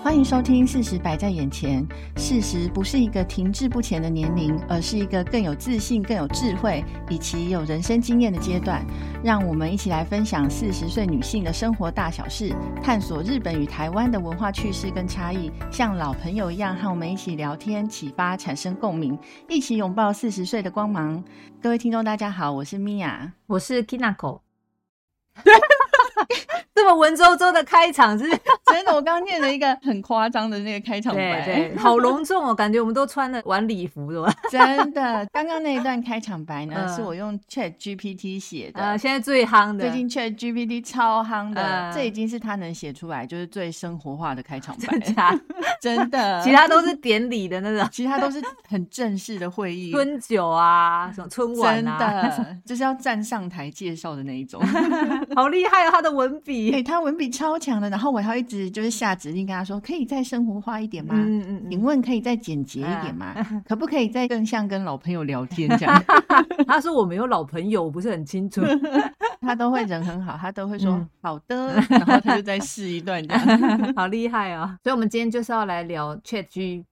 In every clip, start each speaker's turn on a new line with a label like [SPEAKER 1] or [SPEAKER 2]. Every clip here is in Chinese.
[SPEAKER 1] 欢迎收听《事实摆在眼前》，事实不是一个停滞不前的年龄，而是一个更有自信、更有智慧以及有人生经验的阶段。让我们一起来分享四十岁女性的生活大小事，探索日本与台湾的文化趣事跟差异，像老朋友一样和我们一起聊天、启发、产生共鸣，一起拥抱四十岁的光芒。各位听众，大家好，我是米娅。
[SPEAKER 2] 我是 Kinako。这么文绉绉的开场是？
[SPEAKER 1] 真的，我刚念了一个很夸张的那个开场白
[SPEAKER 2] 对。对，好隆重哦，感觉我们都穿了晚礼服 了。
[SPEAKER 1] 真的，刚刚那一段开场白呢，
[SPEAKER 2] 嗯
[SPEAKER 1] 是我用 Chat GPT 写的。
[SPEAKER 2] 呃，现在最夯的，
[SPEAKER 1] 最近 Chat GPT 超夯的，
[SPEAKER 2] 嗯
[SPEAKER 1] 这已经是他能写出来就是最生活化的开场白
[SPEAKER 2] 真，假，
[SPEAKER 1] 真的。
[SPEAKER 2] 其他都是典礼的那 种
[SPEAKER 1] 其他都是很正式的会议，
[SPEAKER 2] 春酒啊，什么春
[SPEAKER 1] 真
[SPEAKER 2] 晚啊， 嗯
[SPEAKER 1] 的就是要站上台介绍的那一种。
[SPEAKER 2] 好厉害哦，他的文
[SPEAKER 1] 哎、
[SPEAKER 2] 笔。
[SPEAKER 1] 他文笔超强的，然后我还要一直就是下指令跟他说，可以再生活化一点吗？
[SPEAKER 2] 嗯嗯
[SPEAKER 1] 请问可以再简洁一点吗？可不可以再更像跟老朋友聊天 这样？
[SPEAKER 2] 嗯，他说我没有老朋友，我不是很清 楚。
[SPEAKER 1] 他都会人很好，他都会说、
[SPEAKER 2] 嗯
[SPEAKER 1] 好的，然后他就再试一段这 样。
[SPEAKER 2] 好厉害哦！所以我们今天就是要来聊 Chat GPT。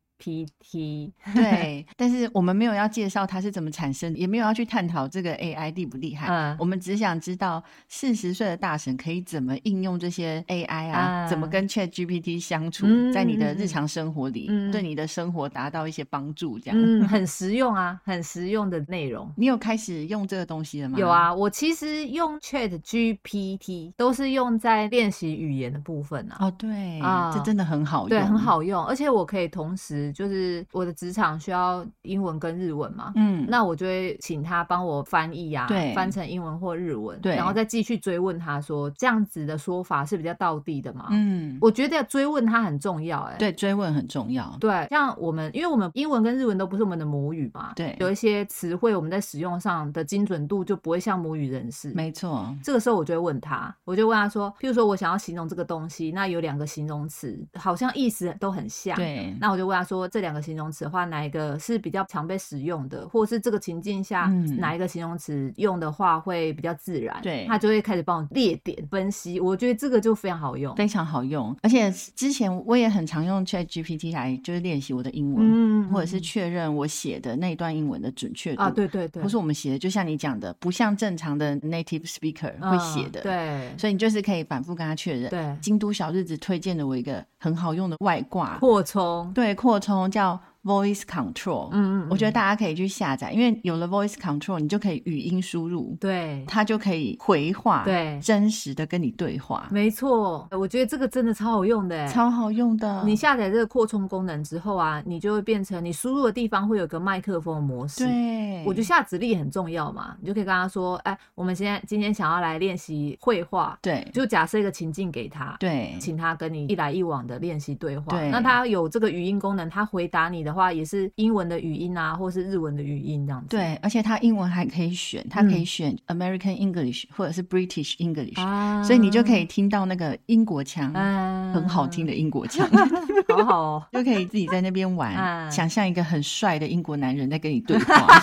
[SPEAKER 1] 对，但是我们没有要介绍它是怎么产生，也没有要去探讨这个 AI 厉不厉害。
[SPEAKER 2] 嗯
[SPEAKER 1] 我们只想知道四十岁的大神可以怎么应用这些 AI 啊，
[SPEAKER 2] 啊
[SPEAKER 1] 怎么跟 ChatGPT 相处，
[SPEAKER 2] 嗯
[SPEAKER 1] 在你的
[SPEAKER 2] 嗯
[SPEAKER 1] 日常生活里，
[SPEAKER 2] 嗯
[SPEAKER 1] 对你的生活达到一些帮助。这样，
[SPEAKER 2] 嗯，很实用啊，很实用的内容。
[SPEAKER 1] 你有开始用这个东西了吗？
[SPEAKER 2] 有，啊，我其实用 Chat GPT 都是用在练习语言的部分啊。
[SPEAKER 1] 哦，对，
[SPEAKER 2] 啊
[SPEAKER 1] 这真的很好用，哦
[SPEAKER 2] 对，很。好用，而且我可以同时就是我的职场需要英文跟日文嘛，
[SPEAKER 1] 嗯，
[SPEAKER 2] 那我就会请他帮我翻译啊
[SPEAKER 1] 对，
[SPEAKER 2] 翻成英文或日文，
[SPEAKER 1] 对
[SPEAKER 2] 然后再继续追问他说这样子的说法是比较道地的嘛？
[SPEAKER 1] 嗯，
[SPEAKER 2] 我觉得追问他很重要、欸，哎，
[SPEAKER 1] 对，追问很重要。
[SPEAKER 2] 对，像我们，因为我们英文跟日文都不是我们的母语嘛，
[SPEAKER 1] 对
[SPEAKER 2] 有一些词汇我们在使用上的精准度就不会像母语人士。
[SPEAKER 1] 没错，
[SPEAKER 2] 这个时候我就会问他，我就问他说，譬如说我想要形容这个东西，那有两个形容词，好像意思都很像。。
[SPEAKER 1] 对，
[SPEAKER 2] 那我就问他说，这两个形容词的话，哪一个是比较常被使用的，或者是这个情境下、
[SPEAKER 1] 嗯
[SPEAKER 2] 哪一个形容词用的话会比较自然？
[SPEAKER 1] 对
[SPEAKER 2] 他就会开始帮我列点分析，我觉得这个就非常好用。
[SPEAKER 1] 非常好用。而且之前我也很常用 Chat GPT 来就是练习我的英文。
[SPEAKER 2] 嗯
[SPEAKER 1] 或者是确认我写的那一段英文的准确度
[SPEAKER 2] 啊，，对对对，
[SPEAKER 1] 或是我们写的，就像你讲的，不像正常的 native speaker 会写的，
[SPEAKER 2] 嗯对，
[SPEAKER 1] 所以你就是可以反复跟他确认。
[SPEAKER 2] 对
[SPEAKER 1] 京都小日子推荐了我一个很好用的外挂，
[SPEAKER 2] 扩充，
[SPEAKER 1] 对，扩充叫 Voice Control，、
[SPEAKER 2] 嗯嗯，
[SPEAKER 1] 我觉得
[SPEAKER 2] 大
[SPEAKER 1] 大家可以去下载，因为有了 Voice Control，你就可以语音输入，
[SPEAKER 2] 对
[SPEAKER 1] 它就可以回话，，
[SPEAKER 2] 对，
[SPEAKER 1] 真实的跟你对话，
[SPEAKER 2] 没错，我觉得这个真的超好用的，。
[SPEAKER 1] 超好用的。
[SPEAKER 2] 你下载这个扩充功能之后啊，你就会变成你输入的地方会有个麦克风模式。，
[SPEAKER 1] 对，
[SPEAKER 2] 我觉得下指令很重要嘛，你就可以跟他说，哎，我们现在今天想要来练习绘画，
[SPEAKER 1] 对
[SPEAKER 2] 就假设一个情境给他。
[SPEAKER 1] 对
[SPEAKER 2] 请他跟你一来一往的练习对话。
[SPEAKER 1] 对
[SPEAKER 2] 那他有这个语音功能，他回答你的话也是英文的语音啊，或是日文的语音这样子。
[SPEAKER 1] 对，而且它英文还可以选，它可以
[SPEAKER 2] 嗯
[SPEAKER 1] 选 American English 或者是 British English，、
[SPEAKER 2] 啊，
[SPEAKER 1] 所以你就可以听到那个英国腔，
[SPEAKER 2] 嗯，
[SPEAKER 1] 很好听的英国 腔，
[SPEAKER 2] 好好、哦，
[SPEAKER 1] 就可以自己在那边玩，
[SPEAKER 2] 嗯
[SPEAKER 1] 想象一个很帅的英国男人在跟你 对话。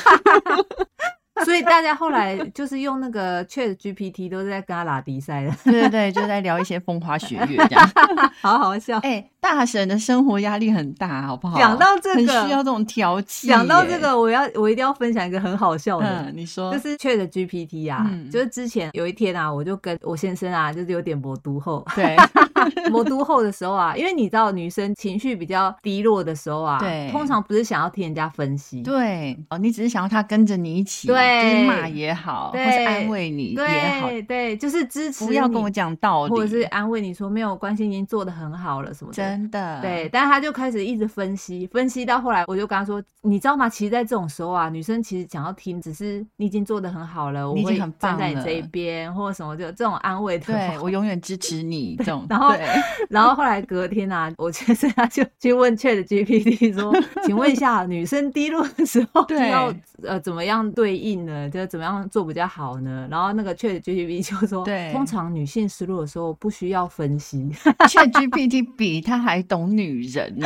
[SPEAKER 2] 所以大家后来就是用那个 Chat GPT 都是在跟他拉迪赛的，
[SPEAKER 1] 对对对，就在聊一些风花雪月这样。
[SPEAKER 2] 好好笑。
[SPEAKER 1] 哎、大神的生活压力很大，好不好？
[SPEAKER 2] 讲到这个
[SPEAKER 1] 很需要这种调剂。
[SPEAKER 2] 想到这，个，我要我一定要分享一个很好笑的。
[SPEAKER 1] 嗯，你说，
[SPEAKER 2] 就是 Chat GPT 啊，
[SPEAKER 1] 嗯
[SPEAKER 2] 就是之前有一天啊，我就跟我先生啊，就是有点魔都后，
[SPEAKER 1] 对
[SPEAKER 2] 魔都后的时候啊，因为你知道女生情绪比较低落的时候啊，
[SPEAKER 1] 对
[SPEAKER 2] 通常不是想要听人家分析，
[SPEAKER 1] 对哦，你只是想要他跟着你一起，
[SPEAKER 2] 对
[SPEAKER 1] 就是骂也好，或
[SPEAKER 2] 对
[SPEAKER 1] 是安慰你也好，
[SPEAKER 2] 对对，就是支持
[SPEAKER 1] 不要跟
[SPEAKER 2] 你
[SPEAKER 1] 我讲道理，
[SPEAKER 2] 或者是安慰你说没有关系，已经做的很好了什么的。
[SPEAKER 1] 真的，
[SPEAKER 2] 对，但是他就开始一直分析，分析到后来，我就跟他说，你知道吗？其实，在这种时候啊，女生其实想要听，只是你已经做的很好了，我
[SPEAKER 1] 你已经
[SPEAKER 2] 会
[SPEAKER 1] 很棒
[SPEAKER 2] 站在你
[SPEAKER 1] 了
[SPEAKER 2] 这一边，或者什么，就这种安慰的
[SPEAKER 1] 对，
[SPEAKER 2] 话。
[SPEAKER 1] 我永远支持 你这种。
[SPEAKER 2] 然后
[SPEAKER 1] 对
[SPEAKER 2] 然后后来隔天啊，我就是 他就去问 Chat GPT 说，请问一下，女生低落的时候
[SPEAKER 1] 对
[SPEAKER 2] 要呃怎么样对应呢？就怎么样做比较好呢？然后那个 Chat GPT 就说，
[SPEAKER 1] 对
[SPEAKER 2] 通常女性失落的时候不需要分析。
[SPEAKER 1] ChatGPT 比他还懂女人呢、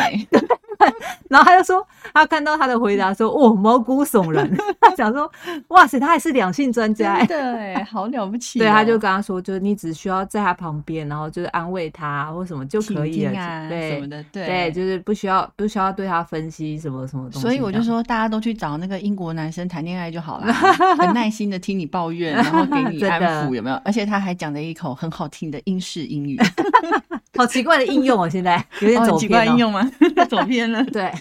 [SPEAKER 2] 然后他就说，他看到他的回答说，哦，毛骨悚然。 他想说，哇塞，他还是两性专家、欸。
[SPEAKER 1] 真的哎，好了不起哦、
[SPEAKER 2] 对，他就跟他说，就是你只需要在他旁边，然后就是安慰他或什么就可以
[SPEAKER 1] 倾
[SPEAKER 2] 了。
[SPEAKER 1] 听啊什
[SPEAKER 2] 对
[SPEAKER 1] 么的，
[SPEAKER 2] 对，就是不需要不需要对他分析什么什么东西。
[SPEAKER 1] 所以我就，说，大家都去找那个英国男生谈恋爱就好 了，很耐心的听你抱怨，然后给你
[SPEAKER 2] 真的
[SPEAKER 1] 安抚，有没有？而且他还讲了一口很好听的英式英语，
[SPEAKER 2] 好奇怪的应用哦，现在有点
[SPEAKER 1] 哦
[SPEAKER 2] 走
[SPEAKER 1] 很奇怪
[SPEAKER 2] 偏、哦。
[SPEAKER 1] 应用 吗？走偏了。
[SPEAKER 2] 对，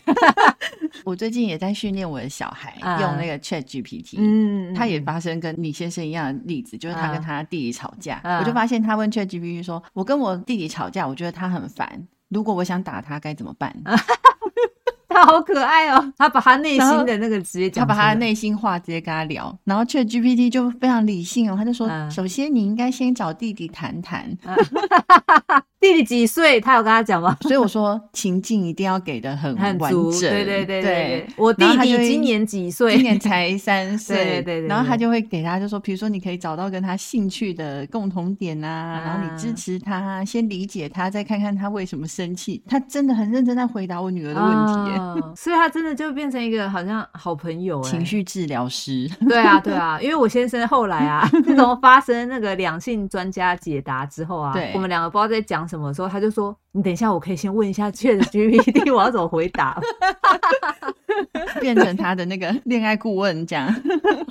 [SPEAKER 1] 我最近也在训练我的小孩、
[SPEAKER 2] 啊
[SPEAKER 1] 用那个 Chat GPT，、
[SPEAKER 2] 嗯，
[SPEAKER 1] 他也发生跟李先生一样的例子，就是他跟
[SPEAKER 2] 啊
[SPEAKER 1] 他弟弟吵架，
[SPEAKER 2] 啊
[SPEAKER 1] 我就发现他问 Chat GPT 说：“我跟我弟弟吵架，我觉得他很烦，如果我想打他该怎么办？”
[SPEAKER 2] 啊他好可爱哦，他把他内
[SPEAKER 1] 然后
[SPEAKER 2] 心的那个直接
[SPEAKER 1] 他
[SPEAKER 2] 讲出
[SPEAKER 1] 把
[SPEAKER 2] 来，
[SPEAKER 1] 他的内心话直接跟他聊，然后 Chat GPT 就非常理性哦，他就说：“
[SPEAKER 2] 嗯
[SPEAKER 1] 首先你应该先找弟弟谈谈。
[SPEAKER 2] 弟弟几岁，他有跟他讲吗？”
[SPEAKER 1] 所以我 说情境一定要给的很
[SPEAKER 2] 很
[SPEAKER 1] 完
[SPEAKER 2] 足，
[SPEAKER 1] 整，
[SPEAKER 2] 对对对对
[SPEAKER 1] 对
[SPEAKER 2] 对。我弟
[SPEAKER 1] 然后他就
[SPEAKER 2] 弟
[SPEAKER 1] 会
[SPEAKER 2] 今年几岁？
[SPEAKER 1] 今年才三岁，
[SPEAKER 2] 对对对对
[SPEAKER 1] 然后他就会给他就说，比如说你可以找到跟他兴趣的共同点啊，
[SPEAKER 2] 啊
[SPEAKER 1] 然后你支持他，先理解他，再看看他为什么生气。他真的很认真在回答我女儿的问题耶、
[SPEAKER 2] 哦所以他真的就变成一个好像好朋友、欸，
[SPEAKER 1] 情。绪治疗师，
[SPEAKER 2] 对啊，对啊，因为我先生后来啊，自从发生那个两性专家解答之后啊
[SPEAKER 1] 对，
[SPEAKER 2] 我们两个不知道在讲什么的时候，他就说：“你等一下，我可以先问一下 Chat GPT，我要怎么回 答
[SPEAKER 1] 变成他的那个恋爱顾问 这样，？”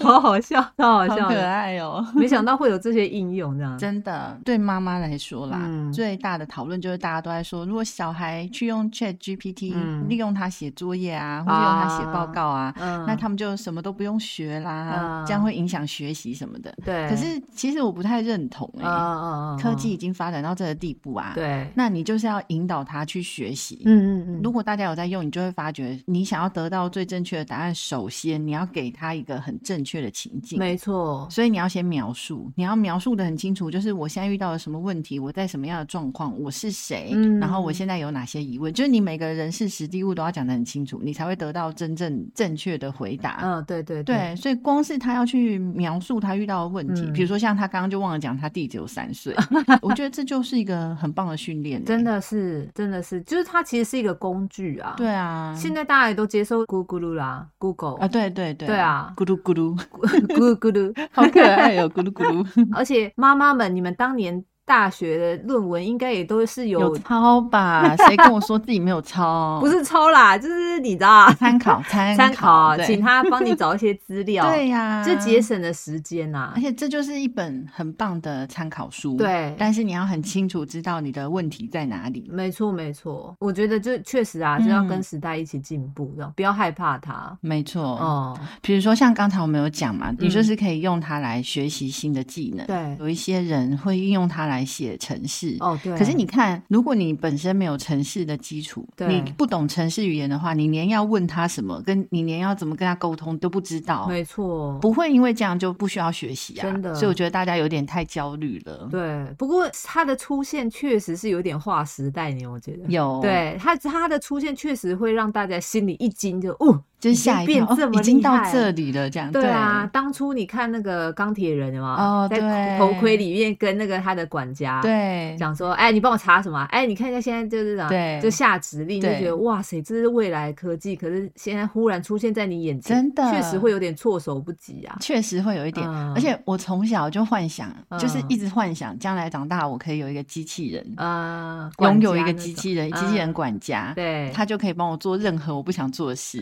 [SPEAKER 2] 好好笑，超好
[SPEAKER 1] 好
[SPEAKER 2] 笑
[SPEAKER 1] 可
[SPEAKER 2] 的，
[SPEAKER 1] 爱哦。
[SPEAKER 2] 没想到会有这些应用，这样。
[SPEAKER 1] 真的，对妈妈来说啦，
[SPEAKER 2] 嗯
[SPEAKER 1] 最大的讨论就是大家都在说，如果小孩去用 Chat GPT，、
[SPEAKER 2] 嗯
[SPEAKER 1] 利用它写作业啊，或者用它写报告啊，
[SPEAKER 2] 嗯，
[SPEAKER 1] 那他们就什么都不用学啦，
[SPEAKER 2] 嗯
[SPEAKER 1] 这样会影响学习什么的。
[SPEAKER 2] 对，
[SPEAKER 1] 可是其实我不太认同哎、
[SPEAKER 2] 嗯，嗯嗯嗯，
[SPEAKER 1] 科技已经发展到这个地步啊，，
[SPEAKER 2] 对，
[SPEAKER 1] 那你就是要引导他去学习。
[SPEAKER 2] 嗯嗯嗯，
[SPEAKER 1] 如果大家有在用，你就会发觉，你想要得到最正确的答案，首先你要给他一个很正确的情境。
[SPEAKER 2] 没错，
[SPEAKER 1] 所以你要先描述，你要描述的很清楚，就是我现在遇到了什么问题，我在什么样的状况，我是谁，
[SPEAKER 2] 嗯
[SPEAKER 1] 然后我现在有哪些疑问，就是你每个人事实地物都要讲得很清楚，你才会得到真正正确的回答。
[SPEAKER 2] 嗯，对对
[SPEAKER 1] 对，所以光是他要去描述他遇到的问题，
[SPEAKER 2] 嗯
[SPEAKER 1] 比如说像他刚刚就忘了讲他弟只有三 岁，我觉得这就是一个很棒的训练、欸
[SPEAKER 2] 真。的是，真的是，就是它其实是一个工具啊。
[SPEAKER 1] 对，啊，
[SPEAKER 2] 现在大家也都接受咕咕噜啦，Google
[SPEAKER 1] 啊，对对对，
[SPEAKER 2] 对啊
[SPEAKER 1] 咕噜咕 噜，
[SPEAKER 2] 咕咕噜，
[SPEAKER 1] 好可爱哦，咕噜咕噜，
[SPEAKER 2] 而且妈妈们，你们当年大学的论文应该也都是有，
[SPEAKER 1] 有抄吧？谁跟我说自己没有抄？
[SPEAKER 2] 不是抄啦，就是你知道啊，
[SPEAKER 1] 参考参
[SPEAKER 2] 参考，
[SPEAKER 1] 对
[SPEAKER 2] 请他帮你找一些资料，
[SPEAKER 1] 对啊哎呀、
[SPEAKER 2] 就节，省了时间啊呐、
[SPEAKER 1] 而且这就是一本很棒的参考书。，
[SPEAKER 2] 对，
[SPEAKER 1] 但是你要很清楚知道你的问题在哪里。
[SPEAKER 2] 没错没错，我觉得就确实啊，就要
[SPEAKER 1] 嗯
[SPEAKER 2] 跟时代一起进步，这样不要害怕它。
[SPEAKER 1] 没错，
[SPEAKER 2] 哦，
[SPEAKER 1] 比如说像刚才我们有讲嘛，你就是可以用它来学习新的技能。
[SPEAKER 2] 嗯对，
[SPEAKER 1] 有一些人会运用它来写程式。
[SPEAKER 2] 哦对，
[SPEAKER 1] 可是你看，如果你本身没有程式的基础，
[SPEAKER 2] 对
[SPEAKER 1] 你不懂程式语言的话，你连要问他什么，跟你连要怎么跟他沟通都不知道，
[SPEAKER 2] 没错，
[SPEAKER 1] 不会因为这样就不需要学习啊。
[SPEAKER 2] 真的
[SPEAKER 1] 所以我觉得大家有点太焦虑了。
[SPEAKER 2] 对，不过它的出现确实是有点划时代呢，我觉得。
[SPEAKER 1] 有，
[SPEAKER 2] 对它，它的出现确实会让大家心里一惊就，哦，
[SPEAKER 1] 就是吓一
[SPEAKER 2] 已经
[SPEAKER 1] 跳，哦
[SPEAKER 2] 变这么
[SPEAKER 1] 已经
[SPEAKER 2] 厉
[SPEAKER 1] 到
[SPEAKER 2] 害
[SPEAKER 1] 这里了，这样
[SPEAKER 2] 对啊，，当初你看那个钢铁人有吗？
[SPEAKER 1] 哦对
[SPEAKER 2] 在头盔里面跟那个他的管家
[SPEAKER 1] 对
[SPEAKER 2] 讲说，哎，你帮我查什么啊？哎，你看一下现在就是啊
[SPEAKER 1] 对
[SPEAKER 2] 就下指令，就
[SPEAKER 1] 对
[SPEAKER 2] 觉得哇塞，这是未来的科技，可是现在忽然出现在你眼前，
[SPEAKER 1] 真的
[SPEAKER 2] 确实会有点措手不及啊。
[SPEAKER 1] 确实会有一点。
[SPEAKER 2] 嗯
[SPEAKER 1] 而且我从小就幻想，就是
[SPEAKER 2] 嗯
[SPEAKER 1] 一直幻想将来长大我可以有一个机器人，
[SPEAKER 2] 呃，
[SPEAKER 1] 拥
[SPEAKER 2] 管
[SPEAKER 1] 有一
[SPEAKER 2] 家
[SPEAKER 1] 个
[SPEAKER 2] 那
[SPEAKER 1] 机
[SPEAKER 2] 种嗯
[SPEAKER 1] 器人，机器人管家，
[SPEAKER 2] 对，
[SPEAKER 1] 他就可以帮我做任何我不想做的 事，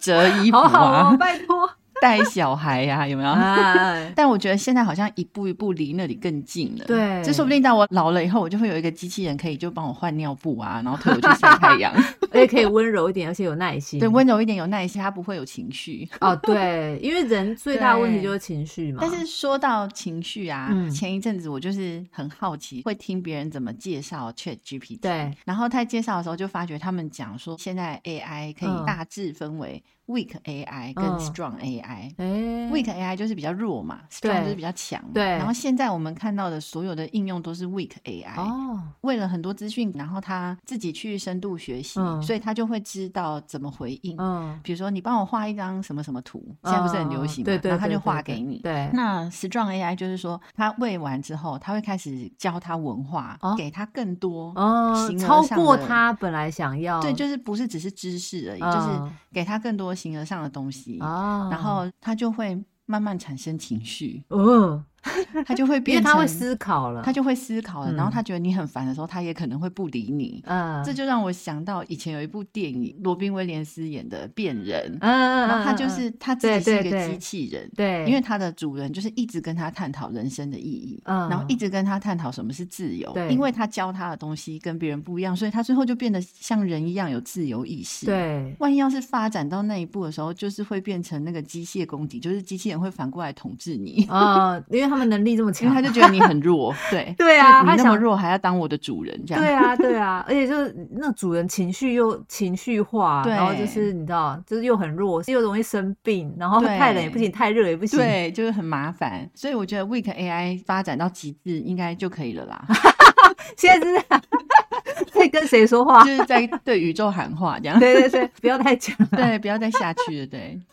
[SPEAKER 1] 折衣服
[SPEAKER 2] 好好
[SPEAKER 1] 啊
[SPEAKER 2] 哦，，拜 托
[SPEAKER 1] 带小孩呀、有没有？
[SPEAKER 2] 啊。
[SPEAKER 1] 但我觉得现在好像一步一步离那里更近了。
[SPEAKER 2] 对
[SPEAKER 1] 这说不定到我老了以后，我就会有一个机器人可以就帮我换尿布啊，然后推我去晒太 阳。
[SPEAKER 2] 而且可以温柔一点，而且有耐心。
[SPEAKER 1] 对，温柔一点，有耐心，他不会有情绪。
[SPEAKER 2] 哦，对，因为人最大的问题
[SPEAKER 1] 对
[SPEAKER 2] 就是情绪嘛。
[SPEAKER 1] 但是说到情绪啊，
[SPEAKER 2] 啊嗯
[SPEAKER 1] 前一阵子我就是很好奇，会听别人怎么介绍 Chat GPT。
[SPEAKER 2] 对，
[SPEAKER 1] 然后他介绍的时候，就发觉他们讲说，现在 AI 可以
[SPEAKER 2] 嗯
[SPEAKER 1] 大致分为 weak AI 跟
[SPEAKER 2] 嗯
[SPEAKER 1] strong AI。
[SPEAKER 2] 哎、
[SPEAKER 1] Weak AI 就是比较弱嘛，Strong
[SPEAKER 2] 对
[SPEAKER 1] 就是比较强嘛。
[SPEAKER 2] 对
[SPEAKER 1] 然后现在我们看到的所有的应用都是 Weak AI，、
[SPEAKER 2] 哦，
[SPEAKER 1] 为了很多资讯，然后他自己去深度学习，
[SPEAKER 2] 嗯
[SPEAKER 1] 所以他就会知道怎么回应。
[SPEAKER 2] 嗯，
[SPEAKER 1] 比如说，你帮我画一张什么什么图，现在不是很流行嘛？
[SPEAKER 2] 嗯对对，
[SPEAKER 1] 然后他
[SPEAKER 2] 对
[SPEAKER 1] 就
[SPEAKER 2] 对
[SPEAKER 1] 画
[SPEAKER 2] 对
[SPEAKER 1] 给你。
[SPEAKER 2] 对，
[SPEAKER 1] 那 Strong AI 就是说，他喂完之后，他会开始教他文化，
[SPEAKER 2] 哦
[SPEAKER 1] 给他更多。
[SPEAKER 2] 哦
[SPEAKER 1] 形，而
[SPEAKER 2] 超
[SPEAKER 1] 上
[SPEAKER 2] 过
[SPEAKER 1] 的
[SPEAKER 2] 他本来想要，
[SPEAKER 1] 对，就是不是只是知识而已，就是
[SPEAKER 2] 嗯
[SPEAKER 1] 给他更多形而上的东西，
[SPEAKER 2] 啊，
[SPEAKER 1] 然后他就会慢慢产生情绪，
[SPEAKER 2] 嗯，
[SPEAKER 1] 他就会
[SPEAKER 2] 因为
[SPEAKER 1] 变成，
[SPEAKER 2] 他会思考了，
[SPEAKER 1] 他就会思考了。
[SPEAKER 2] 嗯
[SPEAKER 1] 然后他觉得你很烦的时候，他也可能会不理你。
[SPEAKER 2] 嗯，
[SPEAKER 1] 这就让我想到以前有一部电影，罗宾威廉斯演的《变人》，
[SPEAKER 2] 嗯，嗯
[SPEAKER 1] 然后他
[SPEAKER 2] 嗯
[SPEAKER 1] 就
[SPEAKER 2] 嗯
[SPEAKER 1] 是他自己是
[SPEAKER 2] 对
[SPEAKER 1] 一个
[SPEAKER 2] 对
[SPEAKER 1] 机
[SPEAKER 2] 对
[SPEAKER 1] 器人。
[SPEAKER 2] 对，
[SPEAKER 1] 因为他的主人就是一直跟他探讨人生的意义，
[SPEAKER 2] 嗯
[SPEAKER 1] 然后一直跟他探讨什么是自由。
[SPEAKER 2] 对
[SPEAKER 1] 因为他教他的东西跟别人不一样，所以他最后就变得像人一样有自由意识。，
[SPEAKER 2] 对
[SPEAKER 1] 万一要是发展到那一步的时候，就是会变成那个机械公敌，就是机器人会反过来统治你。
[SPEAKER 2] 啊，因为他们能力这么
[SPEAKER 1] 因为
[SPEAKER 2] 强
[SPEAKER 1] 他，就觉得你很弱，对
[SPEAKER 2] 对啊
[SPEAKER 1] 就你
[SPEAKER 2] 他
[SPEAKER 1] 那
[SPEAKER 2] 想
[SPEAKER 1] 么弱还要当我的主人这样，
[SPEAKER 2] 对啊，对啊，而且就是那主人情绪又情绪化，然后
[SPEAKER 1] 对
[SPEAKER 2] 就是你知道，就是又很弱，又容易生病，然后太冷也不
[SPEAKER 1] 对
[SPEAKER 2] 行，太热也不行，
[SPEAKER 1] 对，就是很麻烦。所以我觉得 Weak AI 发展到极致应该就可以了 啦，
[SPEAKER 2] 现在是 在跟谁说话
[SPEAKER 1] 就？是在对宇宙喊话 这样。
[SPEAKER 2] 对啊对对，不要太强了。
[SPEAKER 1] 对，不要再下去了，对。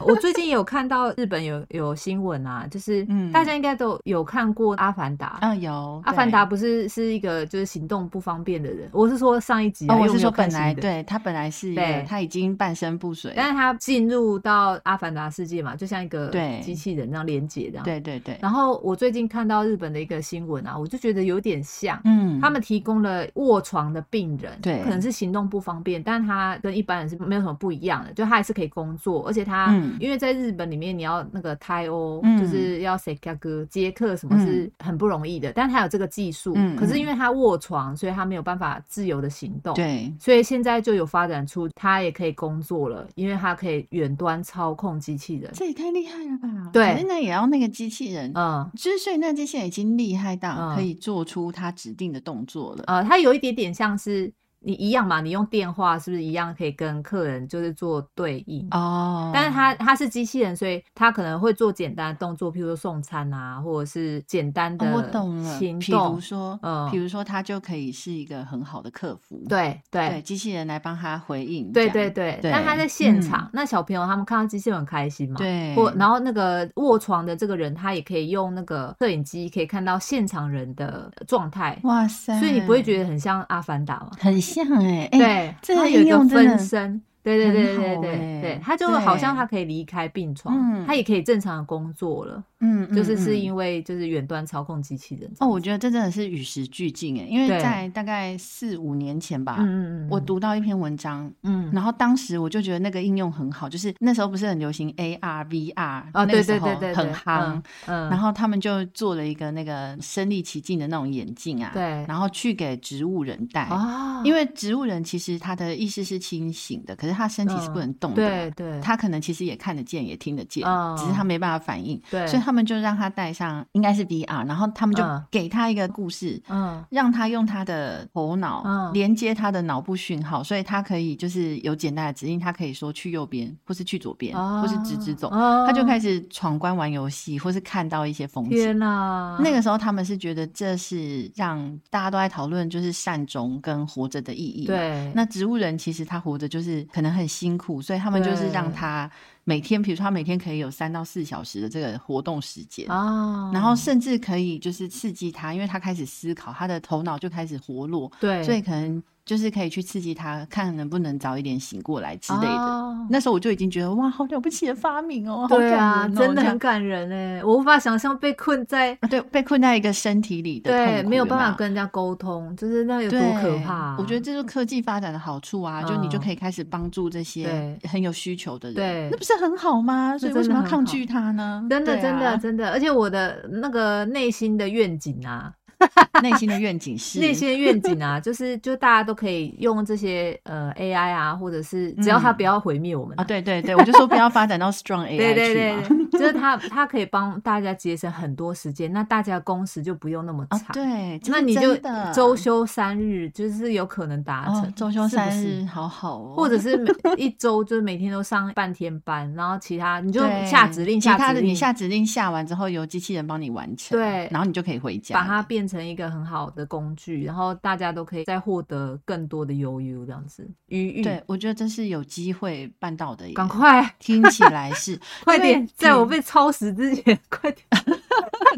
[SPEAKER 2] 我最近有看到日本有有新闻啊，就是
[SPEAKER 1] 嗯
[SPEAKER 2] 大家应该都有看过《阿凡达》
[SPEAKER 1] 啊，有
[SPEAKER 2] 阿凡达
[SPEAKER 1] 对
[SPEAKER 2] 不是是一个就是行动不方便的人，我是说上一集、啊，
[SPEAKER 1] 哦，
[SPEAKER 2] 因
[SPEAKER 1] 我
[SPEAKER 2] 为
[SPEAKER 1] 是
[SPEAKER 2] 没有
[SPEAKER 1] 说
[SPEAKER 2] 看
[SPEAKER 1] 本来
[SPEAKER 2] 新的，
[SPEAKER 1] 对他本来是一个
[SPEAKER 2] 对
[SPEAKER 1] 他已经半身不遂，
[SPEAKER 2] 但是他进入到阿凡达世界嘛，就像一个
[SPEAKER 1] 对
[SPEAKER 2] 机器人那样连接这样。
[SPEAKER 1] 对对对，
[SPEAKER 2] 然后我最近看到日本的一个新闻啊，我就觉得有点像。
[SPEAKER 1] 嗯，
[SPEAKER 2] 他们提供了卧床的病人，
[SPEAKER 1] 对
[SPEAKER 2] 可能是行动不方便，但他跟一般人是没有什么不一样的，就他还是可以工作，而且他、
[SPEAKER 1] 嗯
[SPEAKER 2] 因为在日本里面你要那个胎欧、
[SPEAKER 1] 嗯
[SPEAKER 2] 就是要 s e k a g 接客什么是很不容易的，但他有这个技术，
[SPEAKER 1] 嗯
[SPEAKER 2] 可是因为他卧床，所以他没有办法自由的行动，
[SPEAKER 1] 对
[SPEAKER 2] 所以现在就有发展出他也可以工作了，因为他可以远端操控机器人，
[SPEAKER 1] 这也太厉害了吧？
[SPEAKER 2] 对
[SPEAKER 1] 可是那也要那个机器人。
[SPEAKER 2] 嗯。
[SPEAKER 1] 之所以那机器人已经厉害到
[SPEAKER 2] 嗯
[SPEAKER 1] 可以做出他指定的动作了，
[SPEAKER 2] 呃，它有一点点像是你一样嘛，你用电话是不是一样可以跟客人就是做对应？
[SPEAKER 1] 哦，
[SPEAKER 2] 嗯但是它它是机器人，所以它可能会做简单的动作，譬如说送餐啊，或者是简单
[SPEAKER 1] 哦我
[SPEAKER 2] 的
[SPEAKER 1] 懂了，
[SPEAKER 2] 行
[SPEAKER 1] 比
[SPEAKER 2] 动。
[SPEAKER 1] 如说，
[SPEAKER 2] 嗯
[SPEAKER 1] 比如说他就可以是一个很好的客服，
[SPEAKER 2] 对
[SPEAKER 1] 对，
[SPEAKER 2] 对
[SPEAKER 1] 机器人来帮他回应这
[SPEAKER 2] 对
[SPEAKER 1] 样，
[SPEAKER 2] 对对，
[SPEAKER 1] 对嗯
[SPEAKER 2] 但他在现场，那小朋友他们看到机器人很开心嘛？。
[SPEAKER 1] 对，
[SPEAKER 2] 或然后那个卧床的这个人，他也可以用那个摄影机可以看到现场人的状态，
[SPEAKER 1] 哇塞，
[SPEAKER 2] 所以你不会觉得很像阿凡达吗？
[SPEAKER 1] 很像哎，哎
[SPEAKER 2] 对，
[SPEAKER 1] 这
[SPEAKER 2] 它
[SPEAKER 1] 个
[SPEAKER 2] 有
[SPEAKER 1] 应
[SPEAKER 2] 一个
[SPEAKER 1] 用真的
[SPEAKER 2] 分身，对对对
[SPEAKER 1] 很
[SPEAKER 2] 对
[SPEAKER 1] 好欸
[SPEAKER 2] 对对，他就好像他可以离开病床
[SPEAKER 1] 嗯，
[SPEAKER 2] 他也可以正常的工作了，
[SPEAKER 1] 嗯，
[SPEAKER 2] 就是
[SPEAKER 1] 嗯
[SPEAKER 2] 是
[SPEAKER 1] 嗯
[SPEAKER 2] 因为就是远端操控机器人。
[SPEAKER 1] 哦，我觉得这真的是与时俱进哎，因为
[SPEAKER 2] 对
[SPEAKER 1] 在大概四五年前吧，
[SPEAKER 2] 嗯嗯嗯，
[SPEAKER 1] 我读到一篇文章，
[SPEAKER 2] 嗯
[SPEAKER 1] 然后当时我就觉得那个应用很好，就是那时候不是很流行 AR、VR，
[SPEAKER 2] 哦
[SPEAKER 1] 那个
[SPEAKER 2] 对
[SPEAKER 1] 时
[SPEAKER 2] 对
[SPEAKER 1] 候
[SPEAKER 2] 对对
[SPEAKER 1] 很
[SPEAKER 2] 对
[SPEAKER 1] 夯。
[SPEAKER 2] 嗯，
[SPEAKER 1] 然后他们就做了一个那个身临其境的那种眼镜啊，
[SPEAKER 2] 对
[SPEAKER 1] 然后去给植物人戴，
[SPEAKER 2] 啊，
[SPEAKER 1] 因
[SPEAKER 2] 为
[SPEAKER 1] 为植物人其实他的意识是清醒的，可是他身体是不
[SPEAKER 2] 嗯
[SPEAKER 1] 能动的嘛，
[SPEAKER 2] 对对，
[SPEAKER 1] 他可能其实也看得见，也听得见，
[SPEAKER 2] 嗯
[SPEAKER 1] 只是他没办法反应，
[SPEAKER 2] 对，
[SPEAKER 1] 所以他们就让他戴上，应该是 VR，然后他们就
[SPEAKER 2] 嗯
[SPEAKER 1] 给他一个故事，
[SPEAKER 2] 嗯
[SPEAKER 1] 让他用他的头脑
[SPEAKER 2] 嗯
[SPEAKER 1] 连接他的脑部讯号，所以他可以就是有简单的指令，他可以说去右边，或是去左边，
[SPEAKER 2] 啊
[SPEAKER 1] 或是直直走，
[SPEAKER 2] 哦
[SPEAKER 1] 他就开始闯关玩游戏，或是看到一些风景。
[SPEAKER 2] 天哪，
[SPEAKER 1] 那个时候，他们是觉得这是让大家都在讨论，就是善终跟活着的意义。，
[SPEAKER 2] 对
[SPEAKER 1] 那植物人其实他活着就是可能很辛苦，所以他们就是
[SPEAKER 2] 对
[SPEAKER 1] 让他每天，比如说他每天可以有三到四小时的这个活动时间，
[SPEAKER 2] 啊，
[SPEAKER 1] 然后甚至可以就是刺激他，因为他开始思考，他的头脑就开始活络，
[SPEAKER 2] 对，
[SPEAKER 1] 所以可能就是可以去刺激他，看能不能早一点醒过来之类的。
[SPEAKER 2] 哦
[SPEAKER 1] 那时候我就已经觉得哇，好了不起的发明哦，好感
[SPEAKER 2] 对
[SPEAKER 1] 人
[SPEAKER 2] 啊，
[SPEAKER 1] 哦，
[SPEAKER 2] 真的
[SPEAKER 1] 这
[SPEAKER 2] 很
[SPEAKER 1] 样
[SPEAKER 2] 感人哎，我无法想象被困在。
[SPEAKER 1] 啊对，被困在一个身体里的
[SPEAKER 2] 对，
[SPEAKER 1] 痛苦
[SPEAKER 2] 没有
[SPEAKER 1] 有
[SPEAKER 2] 办
[SPEAKER 1] 没
[SPEAKER 2] 法
[SPEAKER 1] 有
[SPEAKER 2] 跟人家沟通，就是那有多
[SPEAKER 1] 对，
[SPEAKER 2] 可怕啊、
[SPEAKER 1] 我觉得这就是科技发展的好处啊，就你就
[SPEAKER 2] 嗯
[SPEAKER 1] 可以开始帮助这些
[SPEAKER 2] 对
[SPEAKER 1] 很有需求的人，
[SPEAKER 2] 对
[SPEAKER 1] 那不是很好吗？所以为
[SPEAKER 2] 真
[SPEAKER 1] 什
[SPEAKER 2] 的
[SPEAKER 1] 么要
[SPEAKER 2] 很
[SPEAKER 1] 抗
[SPEAKER 2] 好
[SPEAKER 1] 拒它呢？
[SPEAKER 2] 真的，
[SPEAKER 1] 对
[SPEAKER 2] 真
[SPEAKER 1] 啊
[SPEAKER 2] 的，真的，而且我的那个内心的愿景啊，
[SPEAKER 1] 内心的愿景 是
[SPEAKER 2] 那些愿 景啊，就是就大家都可以用这些呃 AI 啊，或者是只要它不要毁灭我们
[SPEAKER 1] 嗯啊，对对对，我就说不要发展到 strong AI 去嘛。
[SPEAKER 2] 对对对， 就是它它可以帮大家节省很多时间，那大家工时就不用那么
[SPEAKER 1] 啊
[SPEAKER 2] 长。，
[SPEAKER 1] 对，这
[SPEAKER 2] 那
[SPEAKER 1] 是
[SPEAKER 2] 你就
[SPEAKER 1] 真的
[SPEAKER 2] 周休三日，就是有可能达成
[SPEAKER 1] 哦，周休
[SPEAKER 2] 是不
[SPEAKER 1] 三
[SPEAKER 2] 是
[SPEAKER 1] 日，好好哦，
[SPEAKER 2] 或者是每一周就是每天都上半天班，然后其他你就
[SPEAKER 1] 对
[SPEAKER 2] 下指令，
[SPEAKER 1] 其
[SPEAKER 2] 下
[SPEAKER 1] 他
[SPEAKER 2] 指
[SPEAKER 1] 的
[SPEAKER 2] 令，
[SPEAKER 1] 你下指令下完之后，由机器人帮你完成，
[SPEAKER 2] 对
[SPEAKER 1] 然后你就可以回家了，
[SPEAKER 2] 把它变成一个很好的工具，然后大家都可以再获得更多的悠悠这样子余裕。
[SPEAKER 1] 对，我觉得这是有机会办到的耶，
[SPEAKER 2] 赶快
[SPEAKER 1] 听起来是
[SPEAKER 2] 快
[SPEAKER 1] 因为
[SPEAKER 2] 点，在我
[SPEAKER 1] 比
[SPEAKER 2] 被超时之前， 快 点。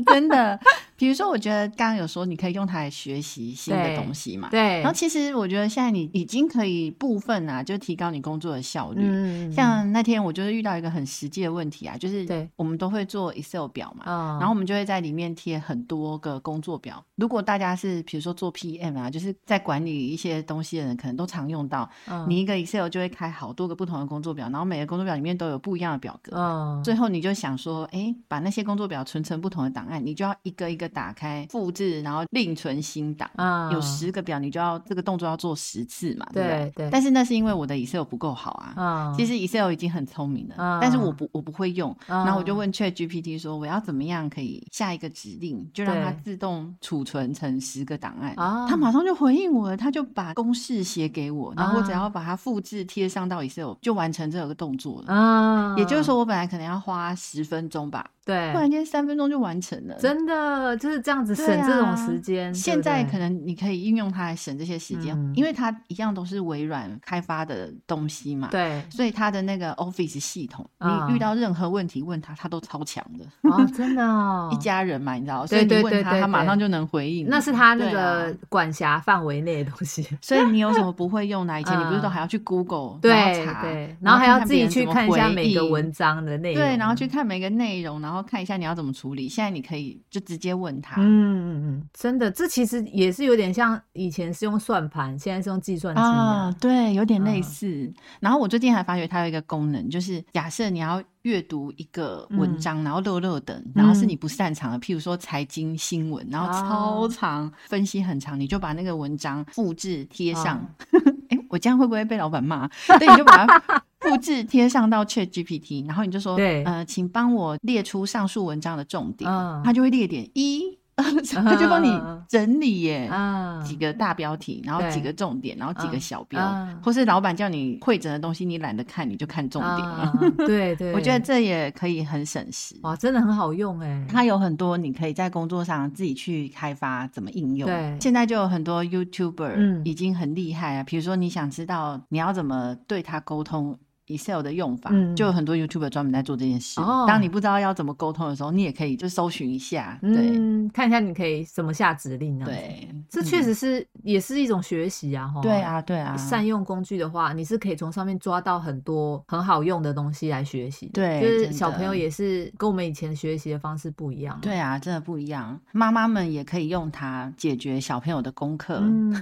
[SPEAKER 1] 真的，比如说，我觉得刚刚有说你可以用它来学习新的
[SPEAKER 2] 对
[SPEAKER 1] 东西嘛，
[SPEAKER 2] 对
[SPEAKER 1] 然后，其实我觉得现在你已经可以部分啊，就提高你工作的效率。
[SPEAKER 2] 嗯
[SPEAKER 1] 像那天我就是遇到一个很实际的问题啊，就是
[SPEAKER 2] 对
[SPEAKER 1] 我们都会做 Excel 表嘛，
[SPEAKER 2] 啊
[SPEAKER 1] 然后我们就会在里面贴很多个工作表。如果大家是比如说做 PM 啊，就是在管理一些东西的人，可能都常用到。
[SPEAKER 2] 嗯
[SPEAKER 1] 你一个 Excel 就会开好多个不同的工作表，然后每个工作表里面都有不一样的表格。
[SPEAKER 2] 嗯，
[SPEAKER 1] 最后你就想说，哎，把那些工作表存成不同的档案，你就要一个一个打开、复制，然后另存新档。
[SPEAKER 2] 啊
[SPEAKER 1] 有十个表，你就要这个动作要做十次嘛，对不
[SPEAKER 2] 对对，
[SPEAKER 1] 但是那是因为我的 Excel 不够好啊。
[SPEAKER 2] 啊，
[SPEAKER 1] 其实 Excel 已经很聪明了，
[SPEAKER 2] 嗯
[SPEAKER 1] 但是我不我不会用，
[SPEAKER 2] 嗯
[SPEAKER 1] 然后我就问 Chat GPT 说我要怎么样可以下一个指令，就让它
[SPEAKER 2] 对
[SPEAKER 1] 自动储存成十个档案，
[SPEAKER 2] 啊
[SPEAKER 1] 它马上就回应我了，它就把公式写给我，然后我只
[SPEAKER 2] 啊
[SPEAKER 1] 要把它复制贴上到 Excel 就完成这个动作了。
[SPEAKER 2] 啊，
[SPEAKER 1] 也就是说，我本来可能要花十分钟吧，
[SPEAKER 2] 对
[SPEAKER 1] 突，然间三分钟就完成了。
[SPEAKER 2] 真的就是这样子省
[SPEAKER 1] 对
[SPEAKER 2] 这种
[SPEAKER 1] 啊
[SPEAKER 2] 时间。
[SPEAKER 1] 现在
[SPEAKER 2] 能。
[SPEAKER 1] 可能你可以运用它来省这些时间，
[SPEAKER 2] 嗯
[SPEAKER 1] 因为它一样都是微软开发的东西嘛。。
[SPEAKER 2] 对，
[SPEAKER 1] 所以它的那个 Office 系统，
[SPEAKER 2] 啊
[SPEAKER 1] 你遇到任何问题问他，他都超强的， ，
[SPEAKER 2] 哦，真的哦
[SPEAKER 1] 一家人嘛，你知道，所以
[SPEAKER 2] 对
[SPEAKER 1] 你
[SPEAKER 2] 对
[SPEAKER 1] 问
[SPEAKER 2] 对
[SPEAKER 1] 他，
[SPEAKER 2] 对
[SPEAKER 1] 他马
[SPEAKER 2] 对
[SPEAKER 1] 上就能回应。
[SPEAKER 2] 那是他那
[SPEAKER 1] 对啊
[SPEAKER 2] 个管辖范围内的东 西。
[SPEAKER 1] 所以你有 什么不会用的啊？以前你不是都
[SPEAKER 2] 嗯
[SPEAKER 1] 还要去 Google 然后
[SPEAKER 2] 对
[SPEAKER 1] 查
[SPEAKER 2] 对，
[SPEAKER 1] 然
[SPEAKER 2] 然后还要
[SPEAKER 1] 看
[SPEAKER 2] 自
[SPEAKER 1] 别
[SPEAKER 2] 己
[SPEAKER 1] 人
[SPEAKER 2] 去
[SPEAKER 1] 怎么
[SPEAKER 2] 看一下
[SPEAKER 1] 回
[SPEAKER 2] 每个
[SPEAKER 1] 应
[SPEAKER 2] 文章的内容，啊
[SPEAKER 1] 对，然后去看每个内容，然后看一下你要怎么处理。现在你可以就直接问他，
[SPEAKER 2] 嗯嗯嗯，真的，这其实也是有点像以前是用算盘，现在是用计算机
[SPEAKER 1] 啊
[SPEAKER 2] 嘛，，
[SPEAKER 1] 对，有点类
[SPEAKER 2] 嗯
[SPEAKER 1] 似。然后我最近还发觉它有一个功能，就是假设你要阅读一个文
[SPEAKER 2] 嗯
[SPEAKER 1] 章，然后热热的，然后是
[SPEAKER 2] 嗯
[SPEAKER 1] 你不擅长的，譬如说财经新闻，然后
[SPEAKER 2] 啊
[SPEAKER 1] 超长、分析很长，你就把那个文章复制贴
[SPEAKER 2] 啊
[SPEAKER 1] 上。 哎、我这样会不会被老板骂？对，你就把它复制贴上到 Chat GPT，然后你就说，
[SPEAKER 2] 对
[SPEAKER 1] 呃，请帮我列出上述文章的重点，
[SPEAKER 2] 嗯
[SPEAKER 1] 它就会列点一， 它就帮你
[SPEAKER 2] 嗯
[SPEAKER 1] 整理耶。
[SPEAKER 2] 啊，
[SPEAKER 1] 几个大标题，然后
[SPEAKER 2] 对
[SPEAKER 1] 几个重点，然后几个
[SPEAKER 2] 嗯
[SPEAKER 1] 小标，
[SPEAKER 2] 嗯
[SPEAKER 1] 或是老板叫你会诊的东西，你懒得看，你就看重点了。
[SPEAKER 2] 啊对对，哦
[SPEAKER 1] 我觉得这也可以很省时。
[SPEAKER 2] 哇，真的很好用哎，
[SPEAKER 1] 它有很多你可以在工作上自己去开发怎么应用。
[SPEAKER 2] 对
[SPEAKER 1] 现在就有很多 YouTuber
[SPEAKER 2] 嗯
[SPEAKER 1] 已经很厉害啊。比如说你想知道你要怎么对他沟通 Excel 的用法，
[SPEAKER 2] 嗯
[SPEAKER 1] 就有很多 YouTuber 专门在做这件事。
[SPEAKER 2] 哦
[SPEAKER 1] 当你不知道要怎么沟通的时候，你也可以就搜寻一下。对
[SPEAKER 2] 嗯，看一下你可以怎么下指令呢？，啊
[SPEAKER 1] 对，
[SPEAKER 2] 这确
[SPEAKER 1] 嗯、
[SPEAKER 2] 实是也是一种学习啊，吼
[SPEAKER 1] 对。啊对啊，
[SPEAKER 2] 善用工具的话，你是可以从上面抓到很多很好用的东西来学习的。
[SPEAKER 1] 对
[SPEAKER 2] 就是
[SPEAKER 1] 真
[SPEAKER 2] 小
[SPEAKER 1] 的
[SPEAKER 2] 朋友也是跟我们以前学习的方式不一样嘛。
[SPEAKER 1] 对啊，真的不一样。妈妈们也可以用它解决小朋友的功课。
[SPEAKER 2] 嗯，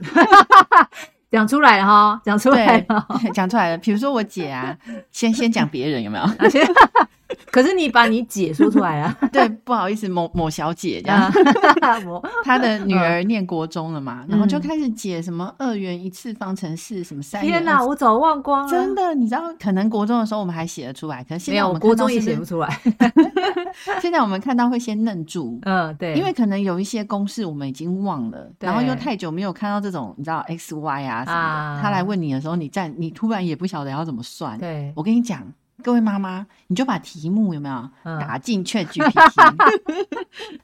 [SPEAKER 2] 讲出来了哈，讲出来
[SPEAKER 1] 对
[SPEAKER 2] 了哈。，
[SPEAKER 1] 讲出来了。比如说我姐 啊，先先讲别人有没有？
[SPEAKER 2] 而且， 可是你把你姐说出来 了，
[SPEAKER 1] 对，不好意思，某某小姐这样
[SPEAKER 2] 啊， 我
[SPEAKER 1] 她的女儿念国中了嘛，然后就
[SPEAKER 2] 嗯
[SPEAKER 1] 开始解什么二元一次方程式，什么三元。
[SPEAKER 2] 天哪，我早忘光了。
[SPEAKER 1] 哎真的，你知道，可能国中的时候我们还写得出来，可是现
[SPEAKER 2] 没
[SPEAKER 1] 在
[SPEAKER 2] 有，
[SPEAKER 1] 我
[SPEAKER 2] 我
[SPEAKER 1] 们
[SPEAKER 2] 国
[SPEAKER 1] 看到
[SPEAKER 2] 中也
[SPEAKER 1] 是
[SPEAKER 2] 写不出来。
[SPEAKER 1] 现在我们看到会先愣住，
[SPEAKER 2] 嗯，对，
[SPEAKER 1] 因为可能有一些公式我们已经忘了，
[SPEAKER 2] 对
[SPEAKER 1] 然后又太久没有看到这种你知道 x y 啊什么的，
[SPEAKER 2] 啊
[SPEAKER 1] 他来问你的时候，你站你突然也不晓得要怎么算。
[SPEAKER 2] 对，
[SPEAKER 1] 我跟你讲，各位妈妈，你就把题目有没有、
[SPEAKER 2] 嗯
[SPEAKER 1] 打进 Chat GPT，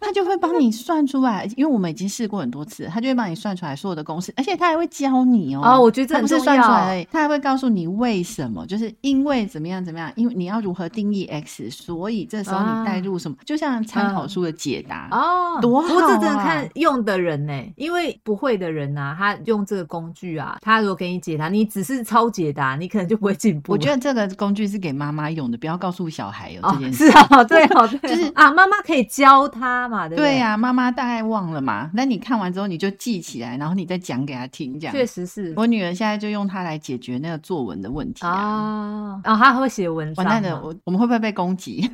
[SPEAKER 1] 他就会帮你算出来，因为我们已经试过很多次，他就会帮你算出来所有的公式，而且他还会教你哦。
[SPEAKER 2] 哦，我觉得这
[SPEAKER 1] 他
[SPEAKER 2] 很
[SPEAKER 1] 不是
[SPEAKER 2] 重
[SPEAKER 1] 算出来
[SPEAKER 2] 要
[SPEAKER 1] 而。已，他还会告诉你为什么，就是因为怎么样怎么样，因为你要如何定义 x，所以这时候你带入什么，就像参考书的解答。
[SPEAKER 2] 啊嗯哦，
[SPEAKER 1] 多
[SPEAKER 2] 不过这
[SPEAKER 1] 好
[SPEAKER 2] 真的
[SPEAKER 1] 啊
[SPEAKER 2] 看用的人呢、因为不会的人啊，他用这个工具啊，他如果给你解答，你只是抄解答，你可能就不会进步
[SPEAKER 1] 我
[SPEAKER 2] 了。
[SPEAKER 1] 觉得这个工具是给妈妈用的，不要告诉小孩有这
[SPEAKER 2] 哦，
[SPEAKER 1] 件
[SPEAKER 2] 是
[SPEAKER 1] 事。
[SPEAKER 2] 啊，对哦，对哦
[SPEAKER 1] 就是
[SPEAKER 2] 啊，妈妈可以教他嘛，对不
[SPEAKER 1] 对
[SPEAKER 2] 对
[SPEAKER 1] 呀、妈妈大概忘了嘛，那你看完之后你就记起来，然后你再讲给她听，这样。
[SPEAKER 2] 确实是
[SPEAKER 1] 我女儿现在就用它来解决那个作文的问题啊。
[SPEAKER 2] 哦啊，哦，他会写文章
[SPEAKER 1] 完
[SPEAKER 2] 嘛，
[SPEAKER 1] 蛋了，我我们会不会被攻击？